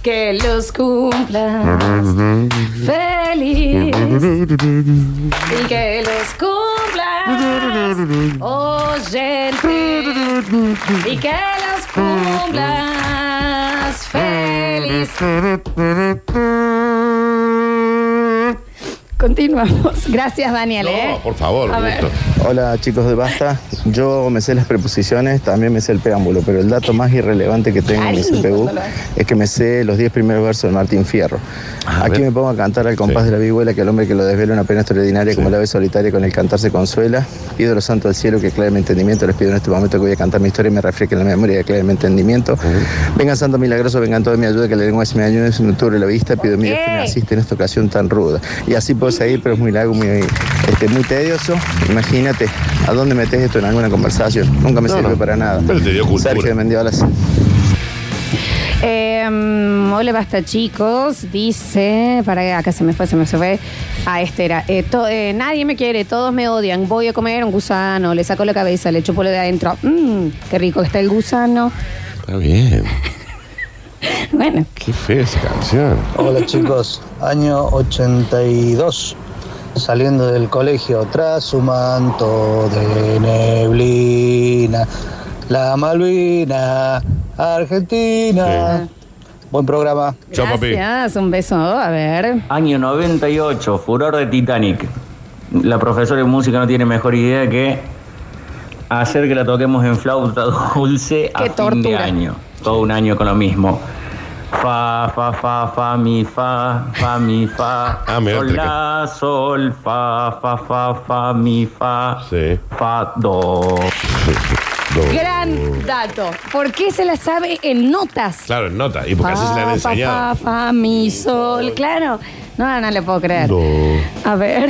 Que los cumplas feliz. Y que los cumplas oyentes. Y que los cumplas feliz. Continuamos. Gracias, Daniel. ¿eh? Ah, Por favor, A ver. gusto. Hola chicos de Basta, yo me sé las preposiciones, también me sé el preámbulo, pero el dato más irrelevante que tengo en mi CPU es que me sé los 10 primeros versos de Martín Fierro. Ah, Aquí me pongo a cantar al compás de la vihuela que el hombre que lo desvela una pena extraordinaria como la ave solitaria con el cantar se consuela. Pido lo santo al cielo que aclare mi entendimiento, les pido en este momento que voy a cantar mi historia y me refresque la memoria y aclare mi entendimiento. Vengan santo milagroso, vengan todo mi ayuda, que la lengua se me ayude, se me turbe la vista, pido mi Dios que me asiste en esta ocasión tan ruda. Y así puedo seguir, pero es muy largo, muy, este, muy tedioso. Imagínate, ¿a dónde metes esto en alguna conversación? Nunca me No, sirve no. para nada. Pero te dio cultura. Sergio de Mendiolas. Eh, hola, basta chicos. Dice, para acá se me fue, se me fue. Ah, este era. eh, to- eh, nadie me quiere, todos me odian. Voy a comer un gusano, le saco la cabeza, le chupo lo de adentro. Mmm, qué rico que está el gusano. Está bien. Bueno, Qué fea esa canción. Hola chicos, año 82. Saliendo del colegio tras su manto de neblina, la Malvina, Argentina. Buen programa. gracias. Un beso. A ver. Año 98, furor de Titanic. La profesora de música no tiene mejor idea que hacer que la toquemos en flauta dulce a Qué fin de tortura. año. Todo un año con lo mismo. Fa, fa, fa, fa, mi, fa, fa, mi, fa. mira, sol, te- la, sol, fa, fa, fa, fa, mi, fa. Fa, do. Gran dato. ¿Por qué se la sabe en notas? Claro, en nota. Y porque así se le Pa, han pa, enseñado. pa, fa, mi, sol. Claro. No, no le puedo creer. A ver.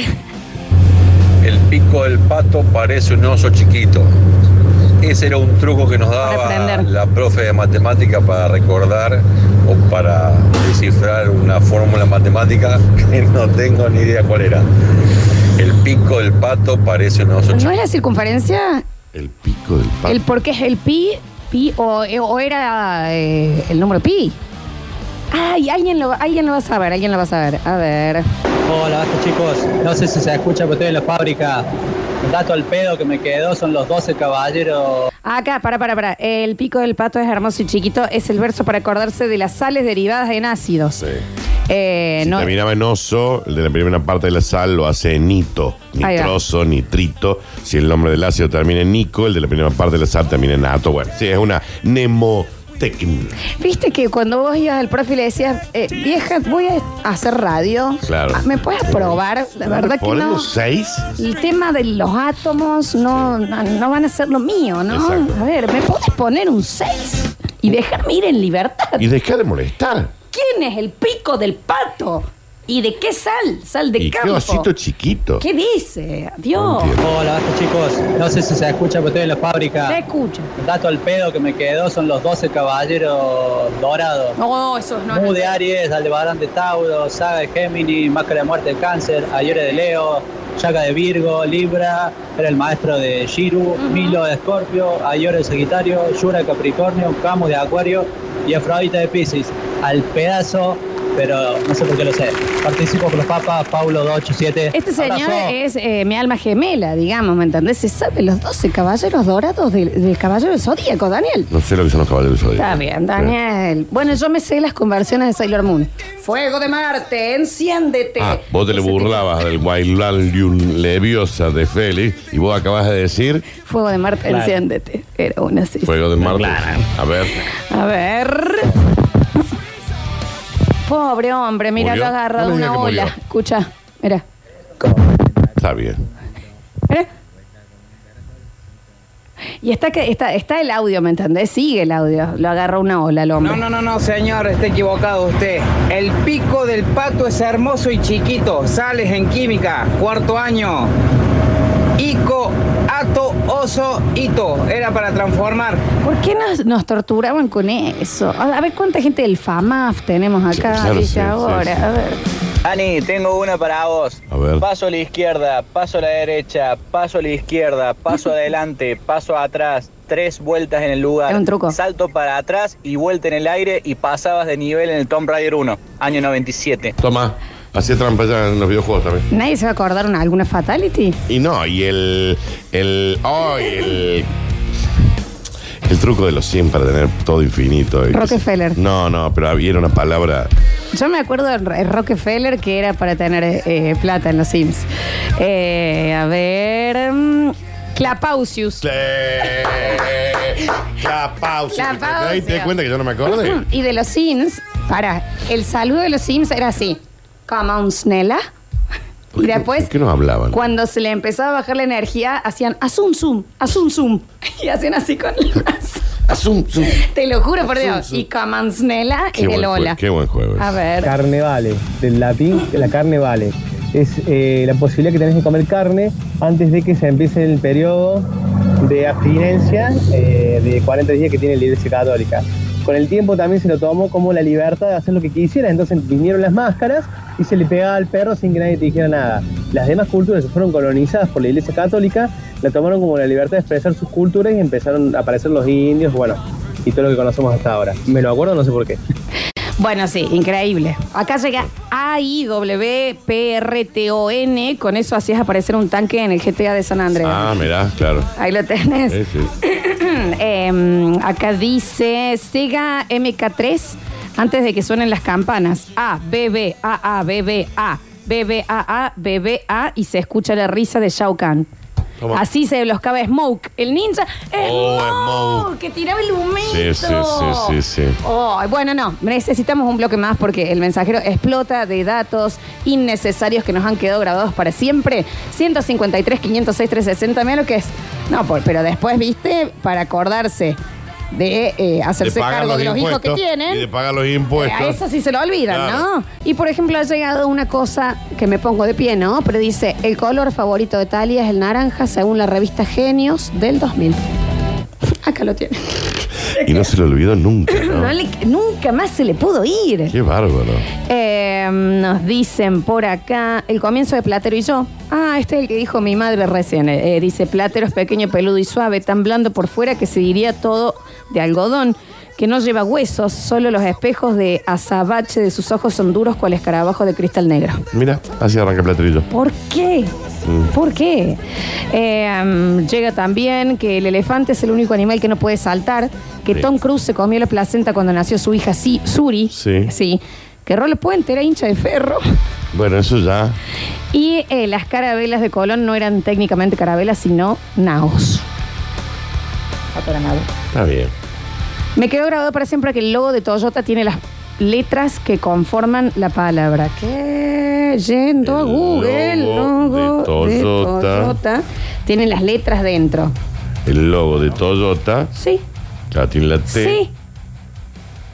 El pico del pato parece un oso chiquito. Ese era un truco que nos daba la profe de matemática para recordar o para descifrar una fórmula matemática que no tengo ni idea cuál era. El pico del pato parece un oso ¿No es la circunferencia? chico del pato. El por qué es el pi, pi o, o era eh, el número pi. Ay, alguien lo, va- alguien lo va a saber, alguien lo va a saber. A ver. Hola, basta chicos. No sé si se escucha, pero estoy en la fábrica. El dato al pedo que me quedó son los 12 caballeros. Acá, para, para, para. El pico del pato es hermoso y chiquito. Es el verso para acordarse de las sales derivadas en ácidos. Eh, no, Terminaba en oso, el de la primera parte de la sal lo hace en nito, Ahí va. nitroso, nitrito. Si el nombre del ácido termina en nico, el de la primera parte de la sal termina en ato. Bueno, sí, es una mnemotecnia. Viste que cuando vos ibas al profe y le decías, eh, vieja, voy a hacer radio. Claro. Ah, ¿Me puedes probar? La verdad que no. ¿Ponemos seis? El tema de los átomos no, no, no van a ser lo mío, ¿no? Exacto. A ver, ¿me puedes poner un 6 y dejarme ir en libertad? Y deja de molestar. ¿Quién es el pico del pato? ¿Y de qué sal? Sal de y qué campo. osito chiquito. ¿Qué dice? Dios. Hola, basta chicos. No sé si se escucha, pero estoy en la fábrica. Se escucha. El dato al pedo que me quedó son los 12 caballeros dorados. No, esos no. Mu de Aries, Aldebarán de Tauro, Saga de Géminis, Máscara de Muerte de Cáncer, Ayore de Leo, Chaga de Virgo, Libra, era el maestro de Shiru, Milo de Escorpio, Ayore de Sagitario, Yura de Capricornio, Camus de Acuario y Afrodita de Pisces. Al pedazo, pero no sé por qué lo sé. Participo con los papas, Paulo 287. Este señor Abrazo. es eh, mi alma gemela, digamos, ¿me entendés? Se sabe los 12 caballeros dorados del, del caballero del zodíaco, Daniel. No sé lo que son los caballeros del Está zodíaco. bien, Daniel. Bueno, yo me sé las conversiones de Sailor Moon. Fuego de Marte, enciéndete. Ah, vos te le burlabas del Wailalium Leviosa de Félix y vos acabas de decir Fuego de Marte, Claro. enciéndete. Era una así. Fuego del Marte. A ver, A ver. Pobre hombre, mira, ¿Murió? lo ha agarrado No me diga una que murió. ola. Escucha, mira. está bien. Y está, que, está, está el audio, ¿me entendés? Sigue el audio. Lo agarró una ola el hombre. No, no, no, no, señor, está equivocado usted. El pico del pato es hermoso y chiquito. Sales en química, cuarto año. Ico, ato, oso, ito. Era para transformar. ¿Por qué nos, nos torturaban con eso? A a ver cuánta gente del FAMAF tenemos acá. claro, dice sí, sí, ahora. sí. A ver. Ani, tengo una para vos. Paso a la izquierda, paso a la derecha, paso a la izquierda, paso adelante, paso atrás, tres vueltas en el lugar. Es un truco. Salto para atrás y vuelta en el aire y pasabas de nivel en el Tomb Raider 1, año 97. Toma, hacía trampa ya en los videojuegos también. ¿Nadie se va a acordar una, alguna fatality? Y no, y el. El. ay, el. El truco de los 100 para tener todo infinito. Y- Rockefeller. No, no, pero había era una palabra. Yo me acuerdo de Ro- Rockefeller que era para tener eh, plata en los Sims. Eh, a ver. mm, Clapausius. La pausa. Clapausius. Ahí te das cuenta que yo no me acordé. Y de los Sims, para, el saludo de los Sims era así: Come on, Snella. Y después, ¿Por qué no hablaban? cuando se le empezaba a bajar la energía, hacían azum zoom, azum zoom. Y hacían así con el brazo. Azum Ah, zoom. Te lo juro por Dios. Y come on, Snella Ah, y el hola. buen juego. A ver. Carne vale. Del latín, la carne vale. Es eh, la posibilidad que tenés de comer carne antes de que se empiece el periodo de abstinencia eh, de 40 días que tiene la Iglesia Católica. Con el tiempo también se lo tomó como la libertad de hacer lo que quisiera, entonces vinieron las máscaras y se le pegaba al perro sin que nadie te dijera nada. Las demás culturas que fueron colonizadas por la Iglesia Católica la tomaron como la libertad de expresar sus culturas y empezaron a aparecer los indios, bueno, y todo lo que conocemos hasta ahora. Me lo acuerdo, no sé por qué. Bueno, sí, increíble. Acá llega AIWPRTON. Con eso hacías aparecer un tanque en el GTA de San Andrés. Ah, mirá, claro. Ahí lo tenés. Eh, sí. Em, acá dice Sega MK3 antes de que suenen las campanas. A, B, B, A, A, B, B, A, B, B, A, A, B, B, A y se escucha la risa de Shao Kahn. Toma. Así se los cabe Smoke, el ninja. Oh, ¡Smoke! Smoke. Que tiraba el humito. Sí, sí, sí, sí, sí. Oh, bueno, no, necesitamos un bloque más porque el mensajero explota de datos innecesarios que nos han quedado grabados para siempre. 153, 506, 360, mira lo que es. No, por- pero después, viste, para acordarse de eh, hacerse De pagar cargo de los hijos que impuestos tienen. eh, Y de pagar los impuestos. A eso sí se lo olvidan, Claro. ¿no? Y por ejemplo, ha llegado una cosa que me pongo de pie, ¿no? Pero dice: el color favorito de Talia es el naranja, según la revista Genios del 2000. Acá lo tiene. Y no se lo olvidó nunca, No ¿no? le- nunca más se le pudo ir. Qué bárbaro. Eh, nos dicen por acá el comienzo de Platero y yo. Ah, este es el que dijo mi madre recién. Eh, eh, dice, Platero es pequeño, peludo y suave, tan blando por fuera que se diría todo de algodón. que no lleva huesos, solo los espejos de azabache de sus ojos son duros cual escarabajo de cristal negro. Mira, así arranca el platillo. ¿Por qué? Mm. ¿Por qué? Eh, mm, llega también que el elefante es el único animal que no puede saltar, que Sí. Tom Cruise se comió la placenta cuando nació su hija Si- Suri, Sí. sí, que Rolo Puente era hincha de ferro. Bueno, eso ya. Y eh, las carabelas de Colón no eran técnicamente carabelas, sino naos. Pato era nao. Está bien. Me quedó grabado para siempre que el logo de Toyota tiene las letras que conforman la palabra. ¿Qué? Yendo a Google, logo de Toyota. Toyota. Tiene las letras dentro. El logo de Toyota. Sí, Ya tiene la T. sí.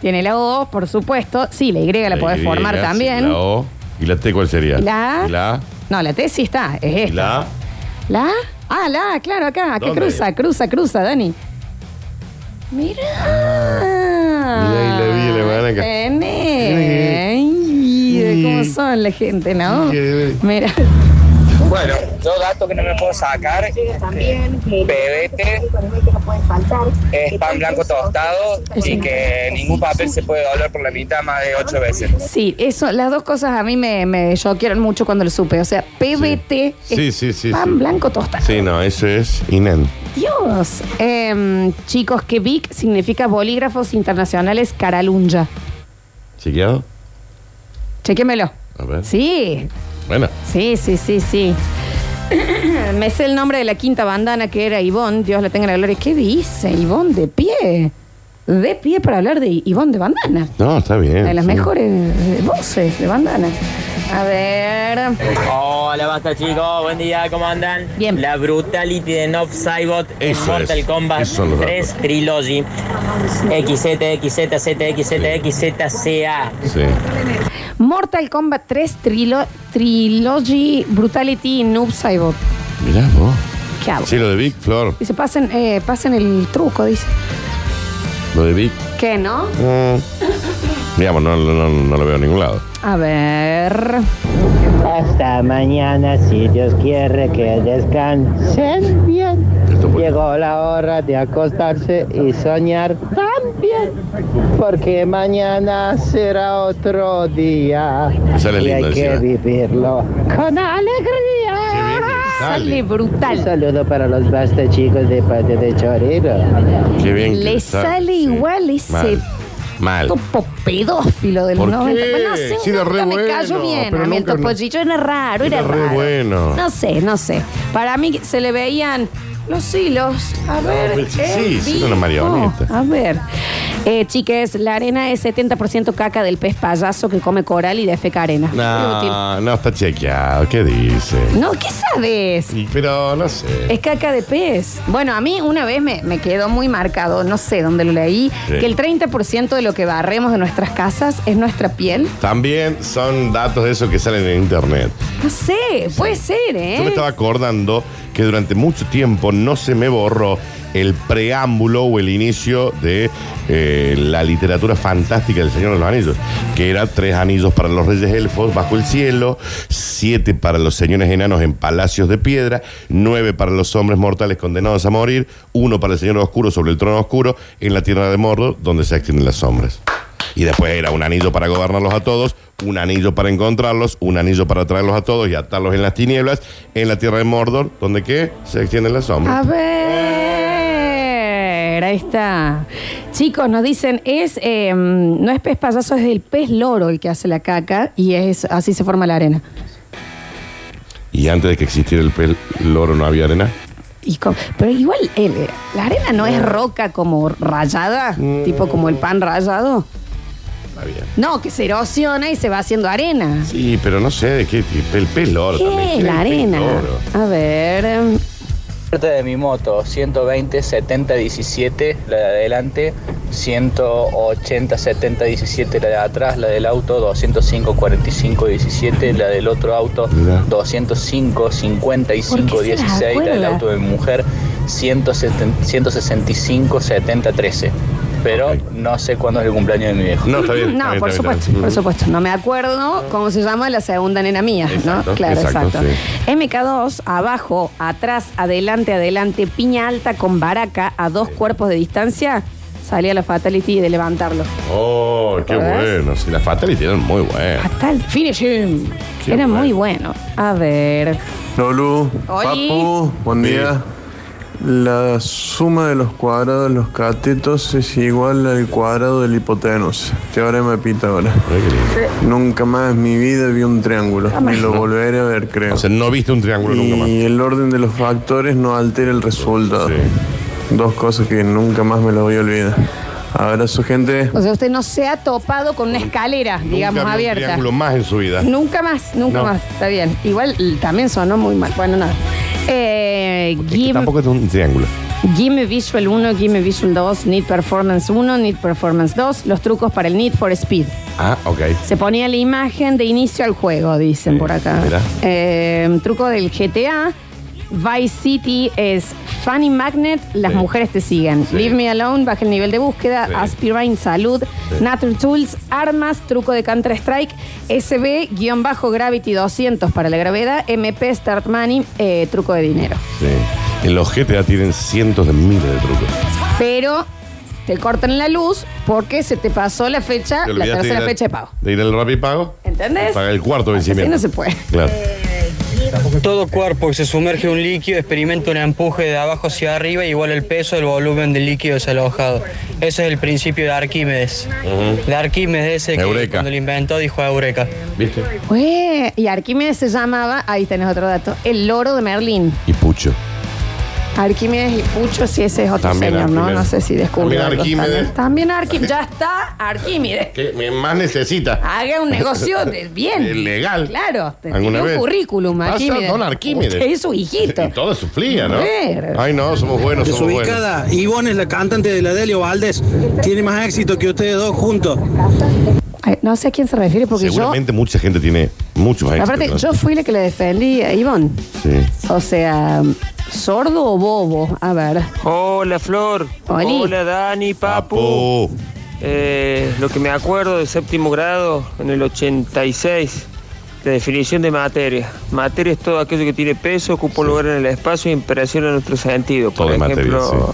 Tiene la O, por supuesto. Sí, la Y la, podés Y, formar sí, también. La O. ¿Y la T cuál sería? Y la A. Y la A. No, la T sí está, es Y esta. la A. ¿La? A? Ah, la, A, claro, acá, acá ¿Dónde? cruza, cruza, cruza, Dani. Mira. Mirá, y la vi, la van acá. Tenés. Ay, ¿Cómo son la gente, no? Mira. Bueno, yo dato que no me puedo sacar. Pebete, es pan blanco tostado y que ningún papel se puede doblar por la mitad más de ocho veces. Sí, eso, las dos cosas a mí me, me choquearon mucho cuando lo supe. O sea, PBT Sí, es sí, sí. pan sí. blanco tostado. Sí, no, eso es INEN. Dios. Em, chicos, que BIC significa Bolígrafos Internacionales Caralunja. ¿Chequeado? Chequémelo. A ver. Sí, Bueno. Sí, sí, sí, sí. Me sé el nombre de la quinta bandana que era Ivonne, Dios la tenga en la gloria. ¿Qué dice Ivonne de pie? De pie para hablar de Ivonne de bandana. No, está bien. Una de las sí. mejores eh, voces de bandana. A ver. Hola, basta chicos, buen día, ¿cómo andan? Bien. La brutality de Nob Saibot en Eso Mortal es, Kombat esos son los 3 Trilogy. XZ, XZ, ZXZ, XZCA. Sí. Mortal Kombat 3 Trilo- Trilogy Brutality Noob Saibot. Mirá vos. ¿Qué hago? Sí, lo de Big Flor. Dice, pasen, eh, pasen el truco, dice. Lo de Big. ¿Qué, no? Mm. Digamos, no, no, no, no lo veo en ningún lado. A ver. Hasta mañana, si Dios quiere que descansen bien. Llegó la hora de acostarse y soñar también. Porque mañana será otro día. Esa es y linda, hay que encima. vivirlo con alegría. Sale brutal. Un saludo para los basta chicos de parte de Chorero. Qué bien. que Le sale igual ese Mal. Mal. topo pedófilo de los ¿Por 90. qué? Bueno, no sé, Si un era re nunca me cayó bueno, bien. pero A mí el nunca- topollillo era raro, era, Era re raro. bueno. No sé, no sé. Para mí se le veían los hilos. A No, ver. pero sí, eh, sí, sí, era una vi- marioneta. no, a ver. Eh, chiques, la arena es 70% caca del pez payaso que come coral y defeca arena. Inútil. No, no está chequeado. ¿Qué dice? No, ¿qué sabes? Y- Pero no sé. Es caca de pez. Bueno, a mí una vez me, me quedó muy marcado, no sé dónde lo leí, Sí. que el 30% de lo que barremos de nuestras casas es nuestra piel. También son datos de esos que salen en internet. No sé, puede ser, ¿eh? Yo me estaba acordando que durante mucho tiempo no se me borró el preámbulo o el inicio de eh, la literatura fantástica del Señor de los Anillos, que era tres anillos para los reyes elfos bajo el cielo, siete para los señores enanos en palacios de piedra, nueve para los hombres mortales condenados a morir, uno para el Señor Oscuro sobre el trono oscuro en la tierra de Mordo, donde se extienden las sombras. Y después era un anillo para gobernarlos a todos, un anillo para encontrarlos, un anillo para traerlos a todos y atarlos en las tinieblas, en la tierra de Mordor, donde qué? Se extienden las A sombras. ver, ahí está. Chicos, nos dicen, es eh, no es pez payaso, es el pez loro el que hace la caca y es así se forma la arena. Y antes de que existiera el pel loro no había arena. Y co- pero igual, el- la arena no es roca como rayada, tipo como el pan rayado. Mm. Está bien. No, que se erosiona y se va haciendo arena. Sí, pero no sé de qué tipo, el pez loro también. ¿Qué? ¿Qué La era el pez arena. loro? A ver. em, Parte de mi moto, 120, 70, 17, la de adelante, 180, 70, 17, la de atrás, la del auto, 205, 45, 17, la del otro auto, 205, 55, ¿Por qué se las 16, la del acuerda? auto de mi mujer, 170, 165, 70, 13. Pero no sé cuándo es el cumpleaños de mi viejo. No, está Mm. No, por supuesto, por supuesto. No me acuerdo cómo se llama la segunda nena mía, Exacto, ¿no? Claro, exacto. exacto, MK2, abajo, atrás, adelante, adelante, piña alta con baraca a dos cuerpos de distancia. salía la Fatality y de levantarlo. Oh, qué ¿Recordás? bueno. Sí, las Fatality eran muy buenas. Fatal Finishing. Era muy bueno. A ver. Lulu, Oli. Papu, buen día. La suma de los cuadrados de los catetos es igual al cuadrado de la hipotenusa. Teorema de Pitágoras. Nunca más en mi vida vi un Ah, triángulo. Ni lo volveré a ver, creo. O sea, no viste un triángulo nunca más. Y el orden de los factores no altera el resultado. Dos cosas que nunca más me las voy a olvidar. Abrazo, gente. O sea, usted no se ha topado con una escalera, digamos, Nunca vi un abierta. triángulo más en su vida. Nunca más, nunca No. más. Está bien. Igual l- también sonó muy mal. Bueno, nada. Eh, give, Tampoco es un triángulo. Gimme Visual 1, Gimme Visual 2, Need Performance 1, Need Performance 2, los trucos para el Need for Speed. Ah, ok. Se ponía la imagen de inicio al juego, dicen por acá. mirá. Eh, truco del GTA. Vice City es Funny Magnet, las Sí. mujeres te siguen. Sí. Leave Me Alone, baja el nivel de búsqueda. Sí. Aspirine, salud. Sí. Natural Tools, armas, truco de Counter Strike. SB-Gravity 200 para la gravedad. MP Start Money, eh, truco de dinero. Sí. En los GTA tienen cientos de miles de trucos. Pero te cortan la luz porque se te pasó la fecha, Te la olvidaste tercera de ir a- fecha de pago. De ir al Rappi Pago. ¿Entendés? Paga el cuarto Así vencimiento. no se puede. Claro. Todo cuerpo que se sumerge en un líquido experimenta un empuje de abajo hacia arriba igual el peso del volumen del líquido desalojado. Ese es el principio de Arquímedes. De Arquímedes ese que Eureka. cuando lo inventó dijo Eureka. ¿Viste? Ué, Pues, y Arquímedes se llamaba, ahí tenés otro dato, el loro de Merlín. Y Pucho. Arquímedes y Pucho, si ese es otro También señor, ¿no? Arquímedes. No sé si descubrió. También algo. Arquímedes. También, también Arquímedes. Ya está Arquímedes. ¿Qué me- más necesita? Haga un negocio de bien. Eh, Legal. Claro. te- ¿Alguna tiene un vez? currículum, Pasa Arquímedes. don Arquímedes. Usted es su hijito. Y todo suflía, ¿no? Ver. Ay, no, somos buenos, somos buenos. Desubicada, Ivonne es la cantante de la Delio Valdés. Tiene más éxito que ustedes dos juntos. Ay, no sé a quién se refiere porque yo... Seguramente mucha gente tiene mucho más éxito Aparte, que yo nosotros. fui la que le defendí a Ivonne. Sí. O sea, sordo o bobo. A ver. Hola Flor. Oli. Hola Dani, Papu. Eh, lo que me acuerdo de séptimo grado, en el 86, la definición de materia. Materia es todo aquello que tiene peso, ocupa un lugar en el espacio y imperación en nuestro sentido. Por Todo es materia, ejemplo,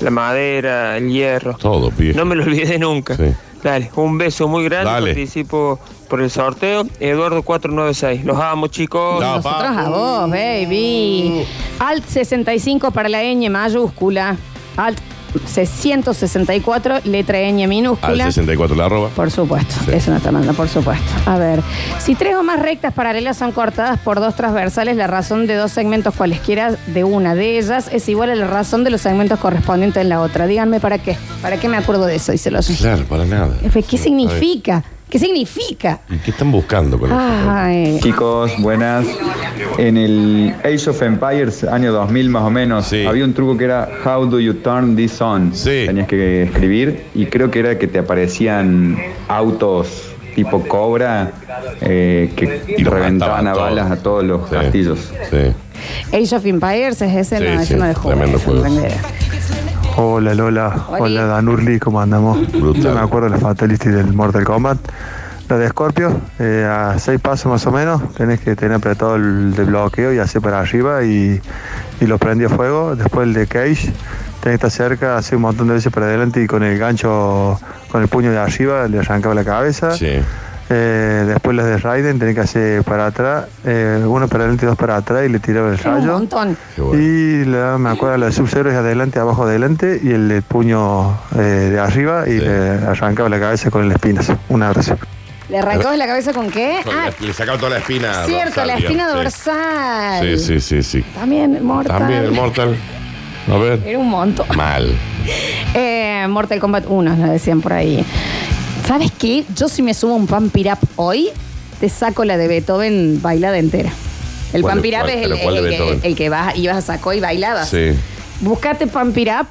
la madera, el hierro. Todo, pie. No me lo olvidé nunca. Dale, un beso muy grande. Dale. Participo por el sorteo. Eduardo 496. Los amo, chicos. Nosotros a vos, baby. Alt 65 para la ñ mayúscula. Alt 664, letra ñ Al minúscula. 64 la arroba. Por supuesto, eso no está mal, por supuesto. A ver, si tres o más rectas paralelas son cortadas por dos transversales, la razón de dos segmentos cualesquiera de una de ellas es igual a la razón de los segmentos correspondientes en la otra. Díganme para qué, para qué me acuerdo de eso, dice los. Claro, para nada. ¿Qué significa? ¿Qué significa? ¿Y qué están buscando con eso? Ay. Chicos, buenas. En el Age of Empires, año 2000 más o menos, había un truco que era How do you turn this on? Tenías que escribir y creo que era que te aparecían autos tipo Cobra eh, que reventaban a balas a todos los castillos. Age of Empires es ese, no, ese no de juego. ese no tengo idea. Hola Lola, Oli. hola Danurli, ¿cómo andamos? Yo me acuerdo de la Fatality del Mortal Kombat. La de Scorpio, eh, a seis pasos más o menos, tenés que tener apretado el de bloqueo y hacer para arriba y, y lo prendí a fuego. Después el de Cage, tenés que estar cerca, hacer un montón de veces para adelante y con el gancho, con el puño de arriba le arrancaba la cabeza. Eh, después las de Raiden, tenés que hacer para atrás, eh, uno para adelante y dos para atrás y le tiraba el Es un rayo. montón. Y la, me acuerdo, la de Sub-Zero es adelante, abajo, adelante, y el de puño eh, de arriba y le arrancaba la cabeza con el espinazo. Un abrazo. ¿Le arrancabas la cabeza con qué? Con Ah, la- Le sacaba toda la espina. cierto, dorsal, la digamos, espina sí. dorsal. Sí, sí, sí, sí. También el mortal. También el Mortal. A ver. Era un montón. Mal. Eh, Mortal Kombat 1, nos decían por ahí. ¿Sabes qué? Yo si me subo un Pampirap hoy, te saco la de Beethoven bailada entera. El ¿Cuál de- Pampirap cuál- es el, pero cuál de el- el- Beethoven? el que vas, ibas a saco y bailabas. Sí. Buscate Pampirap,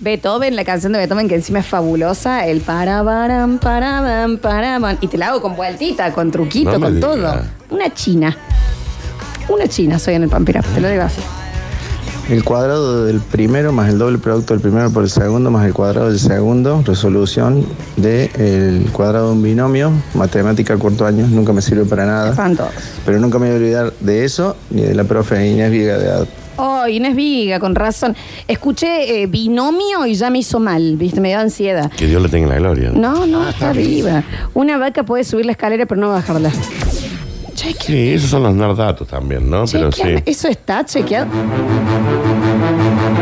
Beethoven, la canción de Beethoven que encima es fabulosa, el parabaram, paraban, paraban. Y te la hago con vueltita, con truquito, No me con digas. todo. Una china. Una china soy en el Pampirap, te lo digo así. El cuadrado del primero más el doble producto del primero por el segundo más el cuadrado del segundo, resolución del cuadrado de un binomio, matemática cuarto año, nunca me sirve para nada. Pero nunca me voy a olvidar de eso ni de la profe Inés Viga de Ad- Oh, Inés Viga, con razón. Escuché eh, binomio y ya me hizo mal, ¿viste? Me dio ansiedad. Que Dios le tenga la gloria. No, Ah, no, está arriba. Una vaca puede subir la escalera, pero no bajarla. Sí, esos son los nardatos también, ¿no? Pero sí. Chequeame, Eso está chequeado.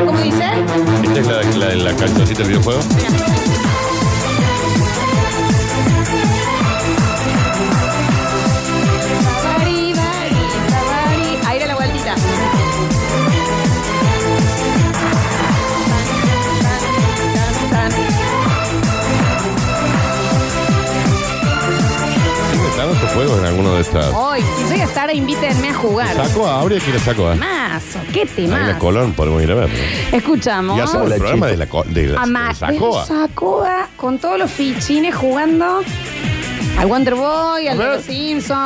¿Cómo dice? ¿Esta es la, la, la cancioncita del videojuego? Bari, bari, bari. Ahí era la vueltita. Tan, tan, tan. ¿Siguen estando estos juegos en alguno de estas? Hoy, si llega tarde, invítenme a jugar. ¿Saco a Aurea? ¿Quién la saco a? Mazo, qué Ahí la tema. Colón, podemos ir a verlo. Escuchamos. Ya hacemos el programa de la, co- de la- a de Ma- la Sacoa. de Sacoa con todos los fichines jugando al Wonder Boy, al Leo Simpson,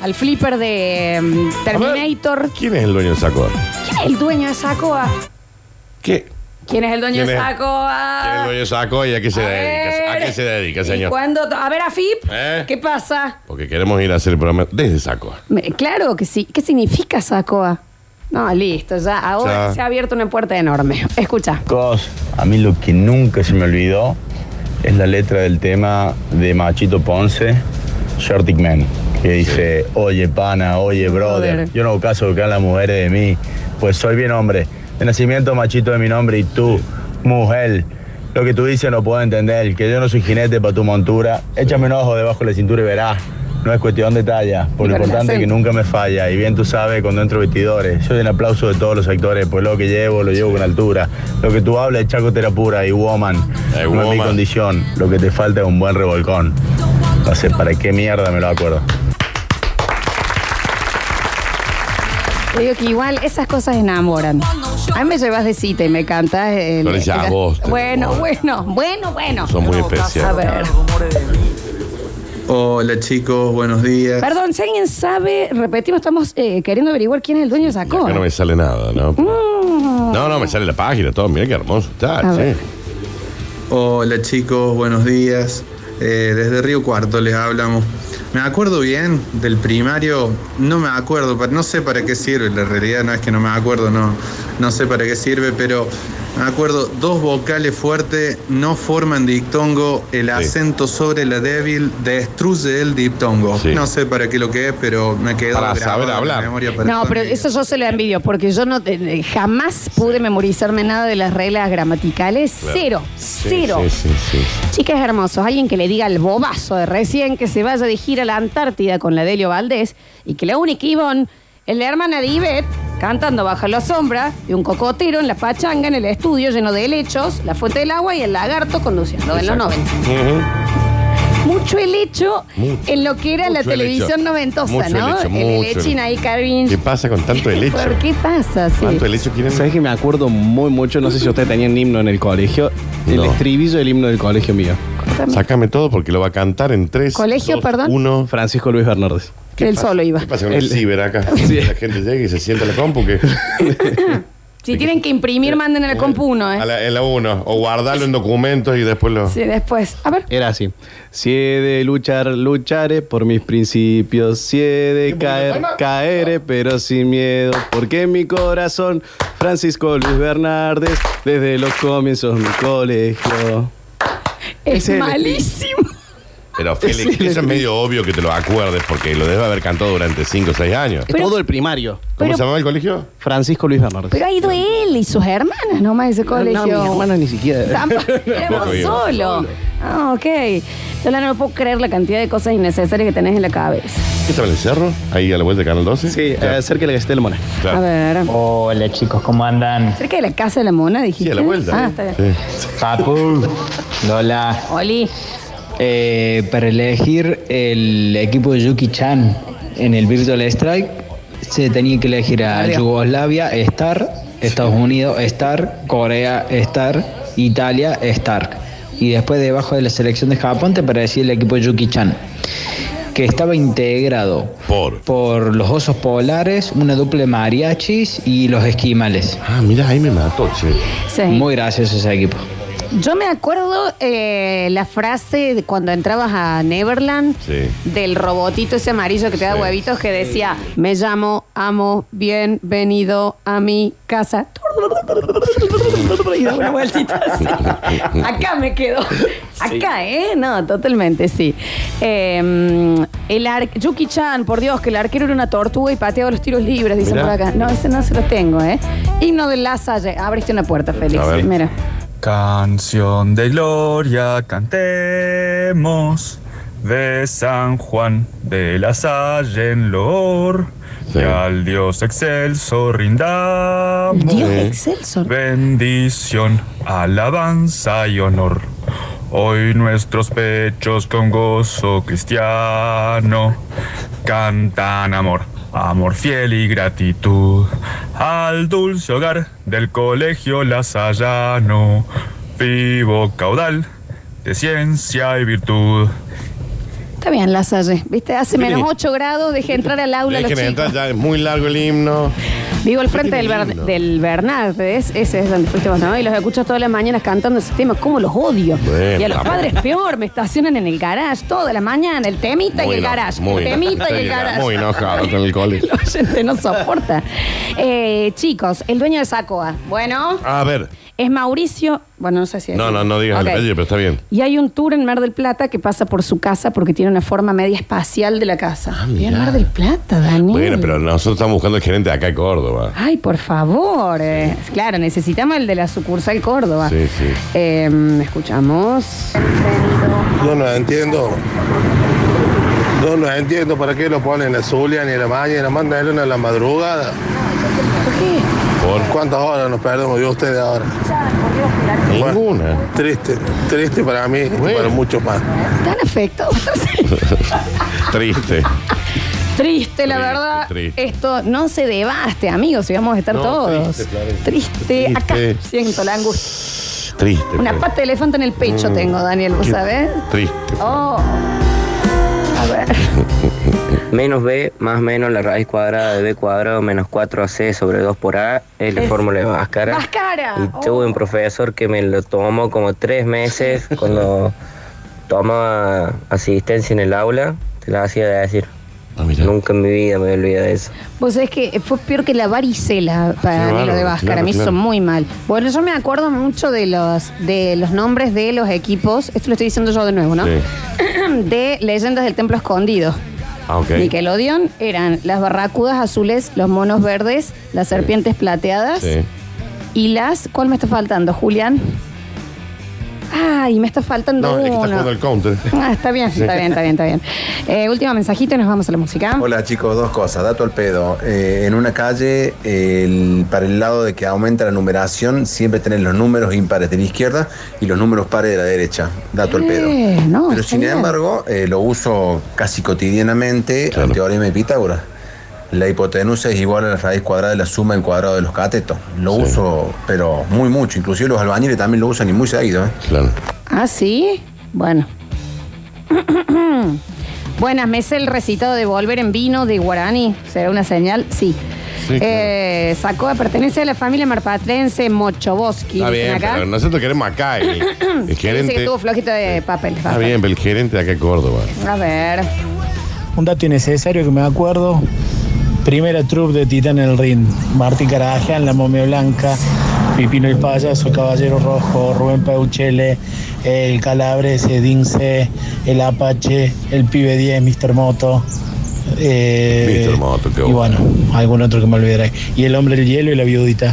al flipper de mm, Terminator. ¿Quién es el dueño de Sacoa? ¿Quién es el dueño de Sacoa? ¿Qué? ¿Quién es el dueño ¿Quién de es? ¿Quién es el Sacoa? dueño de Sacoa y a qué se A dedica? ver. ¿A qué se dedica, señor? ¿Cuándo? A ver, Afip, ¿Eh? ¿qué pasa? Porque queremos ir a hacer el programa desde Sacoa. Me- claro que sí. ¿Qué significa Sacoa? No, listo, ya. Ahora Ya. se ha abierto una puerta enorme. Escucha. Chicos, a mí lo que nunca se me olvidó es la letra del tema de Machito Ponce, Shortic Man, que dice, oye pana, oye brother, Brother. yo no hago caso que las mujeres de mí, pues soy bien hombre, de nacimiento machito de mi nombre y tú, mujer, lo que tú dices no puedo entender, que yo no soy jinete para tu montura, échame un ojo debajo de la cintura y verás. No es cuestión de talla, por lo Con el importante que acento. nunca me falla. Y bien tú sabes cuando entro vestidores, soy el aplauso de todos los sectores, pues lo que llevo, lo llevo con altura. Lo que tú hablas es chacotera pura y woman. no es mi condición, lo que te falta es un buen revolcón. Entonces, ¿para qué mierda me lo acuerdo? Te digo que igual esas cosas enamoran. A mí me llevas de cita y me cantas. el- Pero ya el- vos te bueno, bueno, bueno, bueno. Son muy A especiales. ver. Hola chicos, buenos días. Perdón, si alguien sabe, repetimos, estamos eh, queriendo averiguar quién es el dueño de Sacoa. Mm. Que no me sale nada, ¿no? No, no, me sale la página, todo. Mira qué hermoso está, A che. ver. Hola chicos, buenos días. Eh, desde Río Cuarto les hablamos. Me acuerdo bien del primario, no me acuerdo, pa- no sé para qué sirve, la realidad no es que no me acuerdo, no, no sé para qué sirve, pero me acuerdo, dos vocales fuertes no forman diptongo, el acento sobre la débil destruye el diptongo. No sé para qué lo que es, pero me quedó Para grabado saber en la hablar. memoria para No, toda pero mi vida. eso yo se lo envidio, porque yo no eh, jamás pude memorizarme nada de las reglas gramaticales. Claro. Cero, cero. sí, Sí, sí, sí. Chicas hermosos, alguien que le diga al bobazo de recién que se vaya de gira a la Antártida con la Delio Valdés y que la única Ivonne es la hermana de Ivette cantando bajo la sombra de un cocotero en la pachanga en el estudio lleno de helechos, la fuente del agua y el lagarto conduciendo en los 90. Mucho helecho Mucho. en lo que era la Mucho televisión helecho. noventosa, Mucho ¿no? helecho, el mucho helechín ahí, ¿Qué Karin. pasa con tanto helecho? ¿Por qué pasa así? ¿Cuánto helecho quieren? ¿Sabes que me acuerdo muy mucho? No sé si ustedes tenían himno en el colegio. El estribillo del himno del colegio mío. Sácame todo porque lo va a cantar en tres. Colegio, perdón. Uno. Francisco Luis Bernárdez. Él solo iba. ¿Qué pasa con el, El- ciber acá? La gente llega y se sienta en la compu que. Si tienen que imprimir, manden en el compu uno, ¿eh? A la, en la uno. O guardarlo en documentos y después lo. Sí, después. A ver. Era así. Si he de luchar, lucharé por mis principios. Si he de caer, caeré, pero sin miedo. Porque mi corazón, Francisco Luis Bernárdez, desde los comienzos mi colegio. Es Ese- malísimo. Pero Félix, Sí. eso es medio obvio que te lo acuerdes porque lo debe haber cantado durante 5 o 6 años. Es todo el primario. ¿Cómo se llamaba el colegio? Francisco Luis Bernardo. Pero ha ido él y sus hermanas nomás a ese colegio. No, mis hermanas ni siquiera. Tampoco, éramos Tampoco íbamos. solo. Ah, ok. Lola, no me puedo creer la cantidad de cosas innecesarias que tenés en la cabeza. ¿Qué estaba en el cerro? Ahí a la vuelta de Canal 12. Sí, eh, cerca de la Castel Mona. Claro. A ver. Hola chicos, ¿cómo andan? Oh. Cerca de la casa de la mona, dijiste. Sí, a la vuelta. Ah, está bien. Papu. Lola. Oli. Eh, para elegir el equipo de Yuki Chan en el Virtual Strike, se tenía que elegir a Italia. Yugoslavia, Star, Estados Unidos, Star, Corea, Star, Italia, Star. Y después, debajo de la selección de Japón, te parecía el equipo de Yuki Chan. que estaba integrado por, los osos polares, una dupla de mariachis y los esquimales. Ah, mira, ahí me mató, che. Sí. Muy gracioso ese equipo. Yo me acuerdo eh, la frase de cuando entrabas a Neverland Sí. del robotito ese amarillo que te da huevitos que decía, me llamo, amo, bienvenido a mi casa. Y da una vueltita así. Acá me quedo. Acá, ¿eh? No, totalmente, sí. Eh, el ar- Yuki Chan, por Dios, que el arquero era una tortuga y pateaba los tiros libres, dicen Mirá. por acá. No, ese no se lo tengo, ¿eh? Himno de la Salle. Abriste una puerta, Félix. A ver. Mira. Canción de gloria cantemos de San Juan de la Salle en loor. Y al Dios excelso rindamos. Dios excelso. Bendición, alabanza y honor. Hoy nuestros pechos con gozo cristiano cantan amor, amor fiel y gratitud al dulce hogar del colegio Lasallano, vivo caudal de ciencia y virtud. Está bien, la Salle. ¿Viste? Hace Sí. menos 8 grados, dejé entrar al aula a los Déjenme entrar, chicos. ya es muy largo el himno. Vivo al frente Qué del, Ber- lindo. del Bernardes, ese es donde fuiste vos, ¿no? Y los escucho todas las mañanas cantando ese tema, ¿cómo los odio? Bueno, y a los vamos. padres peor, me estacionan en el garage toda la mañana, el temita y el eno- garage, muy el eno- temita y estoy el garage. Muy enojado con el colegio. La gente no soporta. Eh, chicos, el dueño de Sacoa, bueno, A ver, es Mauricio, bueno, no sé si es... no, no, no digas Ok. el apellido, pero está bien. Y hay un tour en Mar del Plata que pasa por su casa porque tiene una forma media espacial de la casa. Bien, Mar del Plata, Daniel. Ah, Bueno, pero nosotros estamos buscando el gerente de acá de Córdoba. Ay, por favor. eh, Claro, necesitamos el de la sucursal Córdoba. Sí, sí. Eh, escuchamos. No nos entiendo. No nos entiendo para qué lo ponen a Zulia ni a la mañana, mandan a la madrugada. ¿Por cuántas horas nos perdemos de ustedes ahora? Ninguna. triste, triste para mí, para muchos más. Tan afecto. Triste. Triste, la verdad. triste. Esto no se debaste, amigos, si vamos a estar No, todos. triste, Triste, Florencia. acá Triste. siento la angustia. Triste. Una pero- pata de elefante en el pecho Mm. tengo, Daniel, ¿vos Qué sabés? Triste. Oh. A ver. Menos B más menos la raíz cuadrada de B cuadrado menos 4AC sobre 2 por A es la Es- Oh. fórmula más cara. Más cara. Y tuve un profesor que me lo tomó como tres meses cuando tomaba asistencia en el aula, te la hacía decir. Ah, Nunca en mi vida me olvidé de eso. Vos sabés que fue peor que la varicela para mí Qué lo de bárbaro, Vázcara, claro, me hizo claro. muy mal. Bueno, yo me acuerdo mucho de los, de los nombres de los equipos, esto lo estoy diciendo yo de nuevo, ¿no? Sí. De leyendas del templo escondido. Ah, ok. Nickelodeon eran las barracudas azules, los monos verdes, las serpientes plateadas Sí. y las. ¿Cuál me está faltando, Julián? Ay, me está faltando No, es que está uno. jugando al counter. Ah, está bien, Sí. está bien, está bien, está bien. Eh, último mensajito y nos vamos a la música. Hola chicos, dos cosas, dato al pedo. Eh, en una calle, el- para el lado de que aumenta la numeración, siempre tenés los números impares de la izquierda y los números pares de la derecha. Dato al pedo. Eh, no, Pero está sin bien. embargo, eh, lo uso casi cotidianamente el teorema de Pitágoras. La hipotenusa es igual a la raíz cuadrada de la suma en cuadrado de los catetos. Lo uso, pero muy mucho. Inclusive los albañiles también lo usan y muy seguido. ¿eh? Claro. ¿Ah, sí? Bueno. Buenas, ¿me es el recitado de Volver en Vino de Guarani? ¿Será una señal? Sí. Sí, claro. Eh, Sacoa pertenece a la familia marpatrense Mochoboski. Está dicen bien, acá. pero nosotros queremos acá. El, el Dice que gerente. tuvo flojito de papel. Está bien, pero el gerente de acá de Córdoba. A ver. Un dato innecesario que me acuerdo. Primera troupe de Titán en el Ring. Martín Caraján, La Momia Blanca, Pipino el Payaso, Caballero Rojo, Rubén Peuchele, El Calabres, Edince, El Apache, El Pibe 10, Mr. Moto. eh, Mr. Moto, qué y bueno, algún otro que me olvidaré. Y El Hombre del Hielo y La Viudita.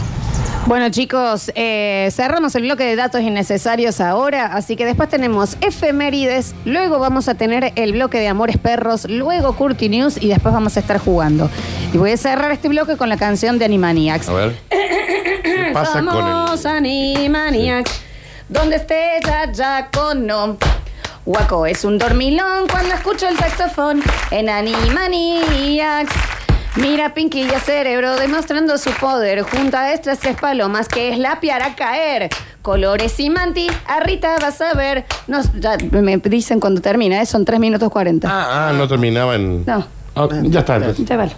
Bueno, chicos, eh, cerramos el bloque de datos innecesarios ahora, así que después tenemos efemérides, luego vamos a tener el bloque de amores perros, luego Curti News y después vamos a estar jugando. Y voy a cerrar este bloque con la canción de Animaniacs. A ver. ¿Qué pasa con el.? Somos Animaniacs. Donde esté ya, ya con no. Guaco es un dormilón cuando escucho el saxofón en Animaniacs. Mira, Pinky ya cerebro demostrando su poder. Junta estas tres palomas que es la piara caer. Colores y manti, Arrita vas a ver. No, ya me dicen cuando termina, ¿eh? son 3 minutos 40. Ah, no terminaba en. No. Ah, ya está. Ya vale.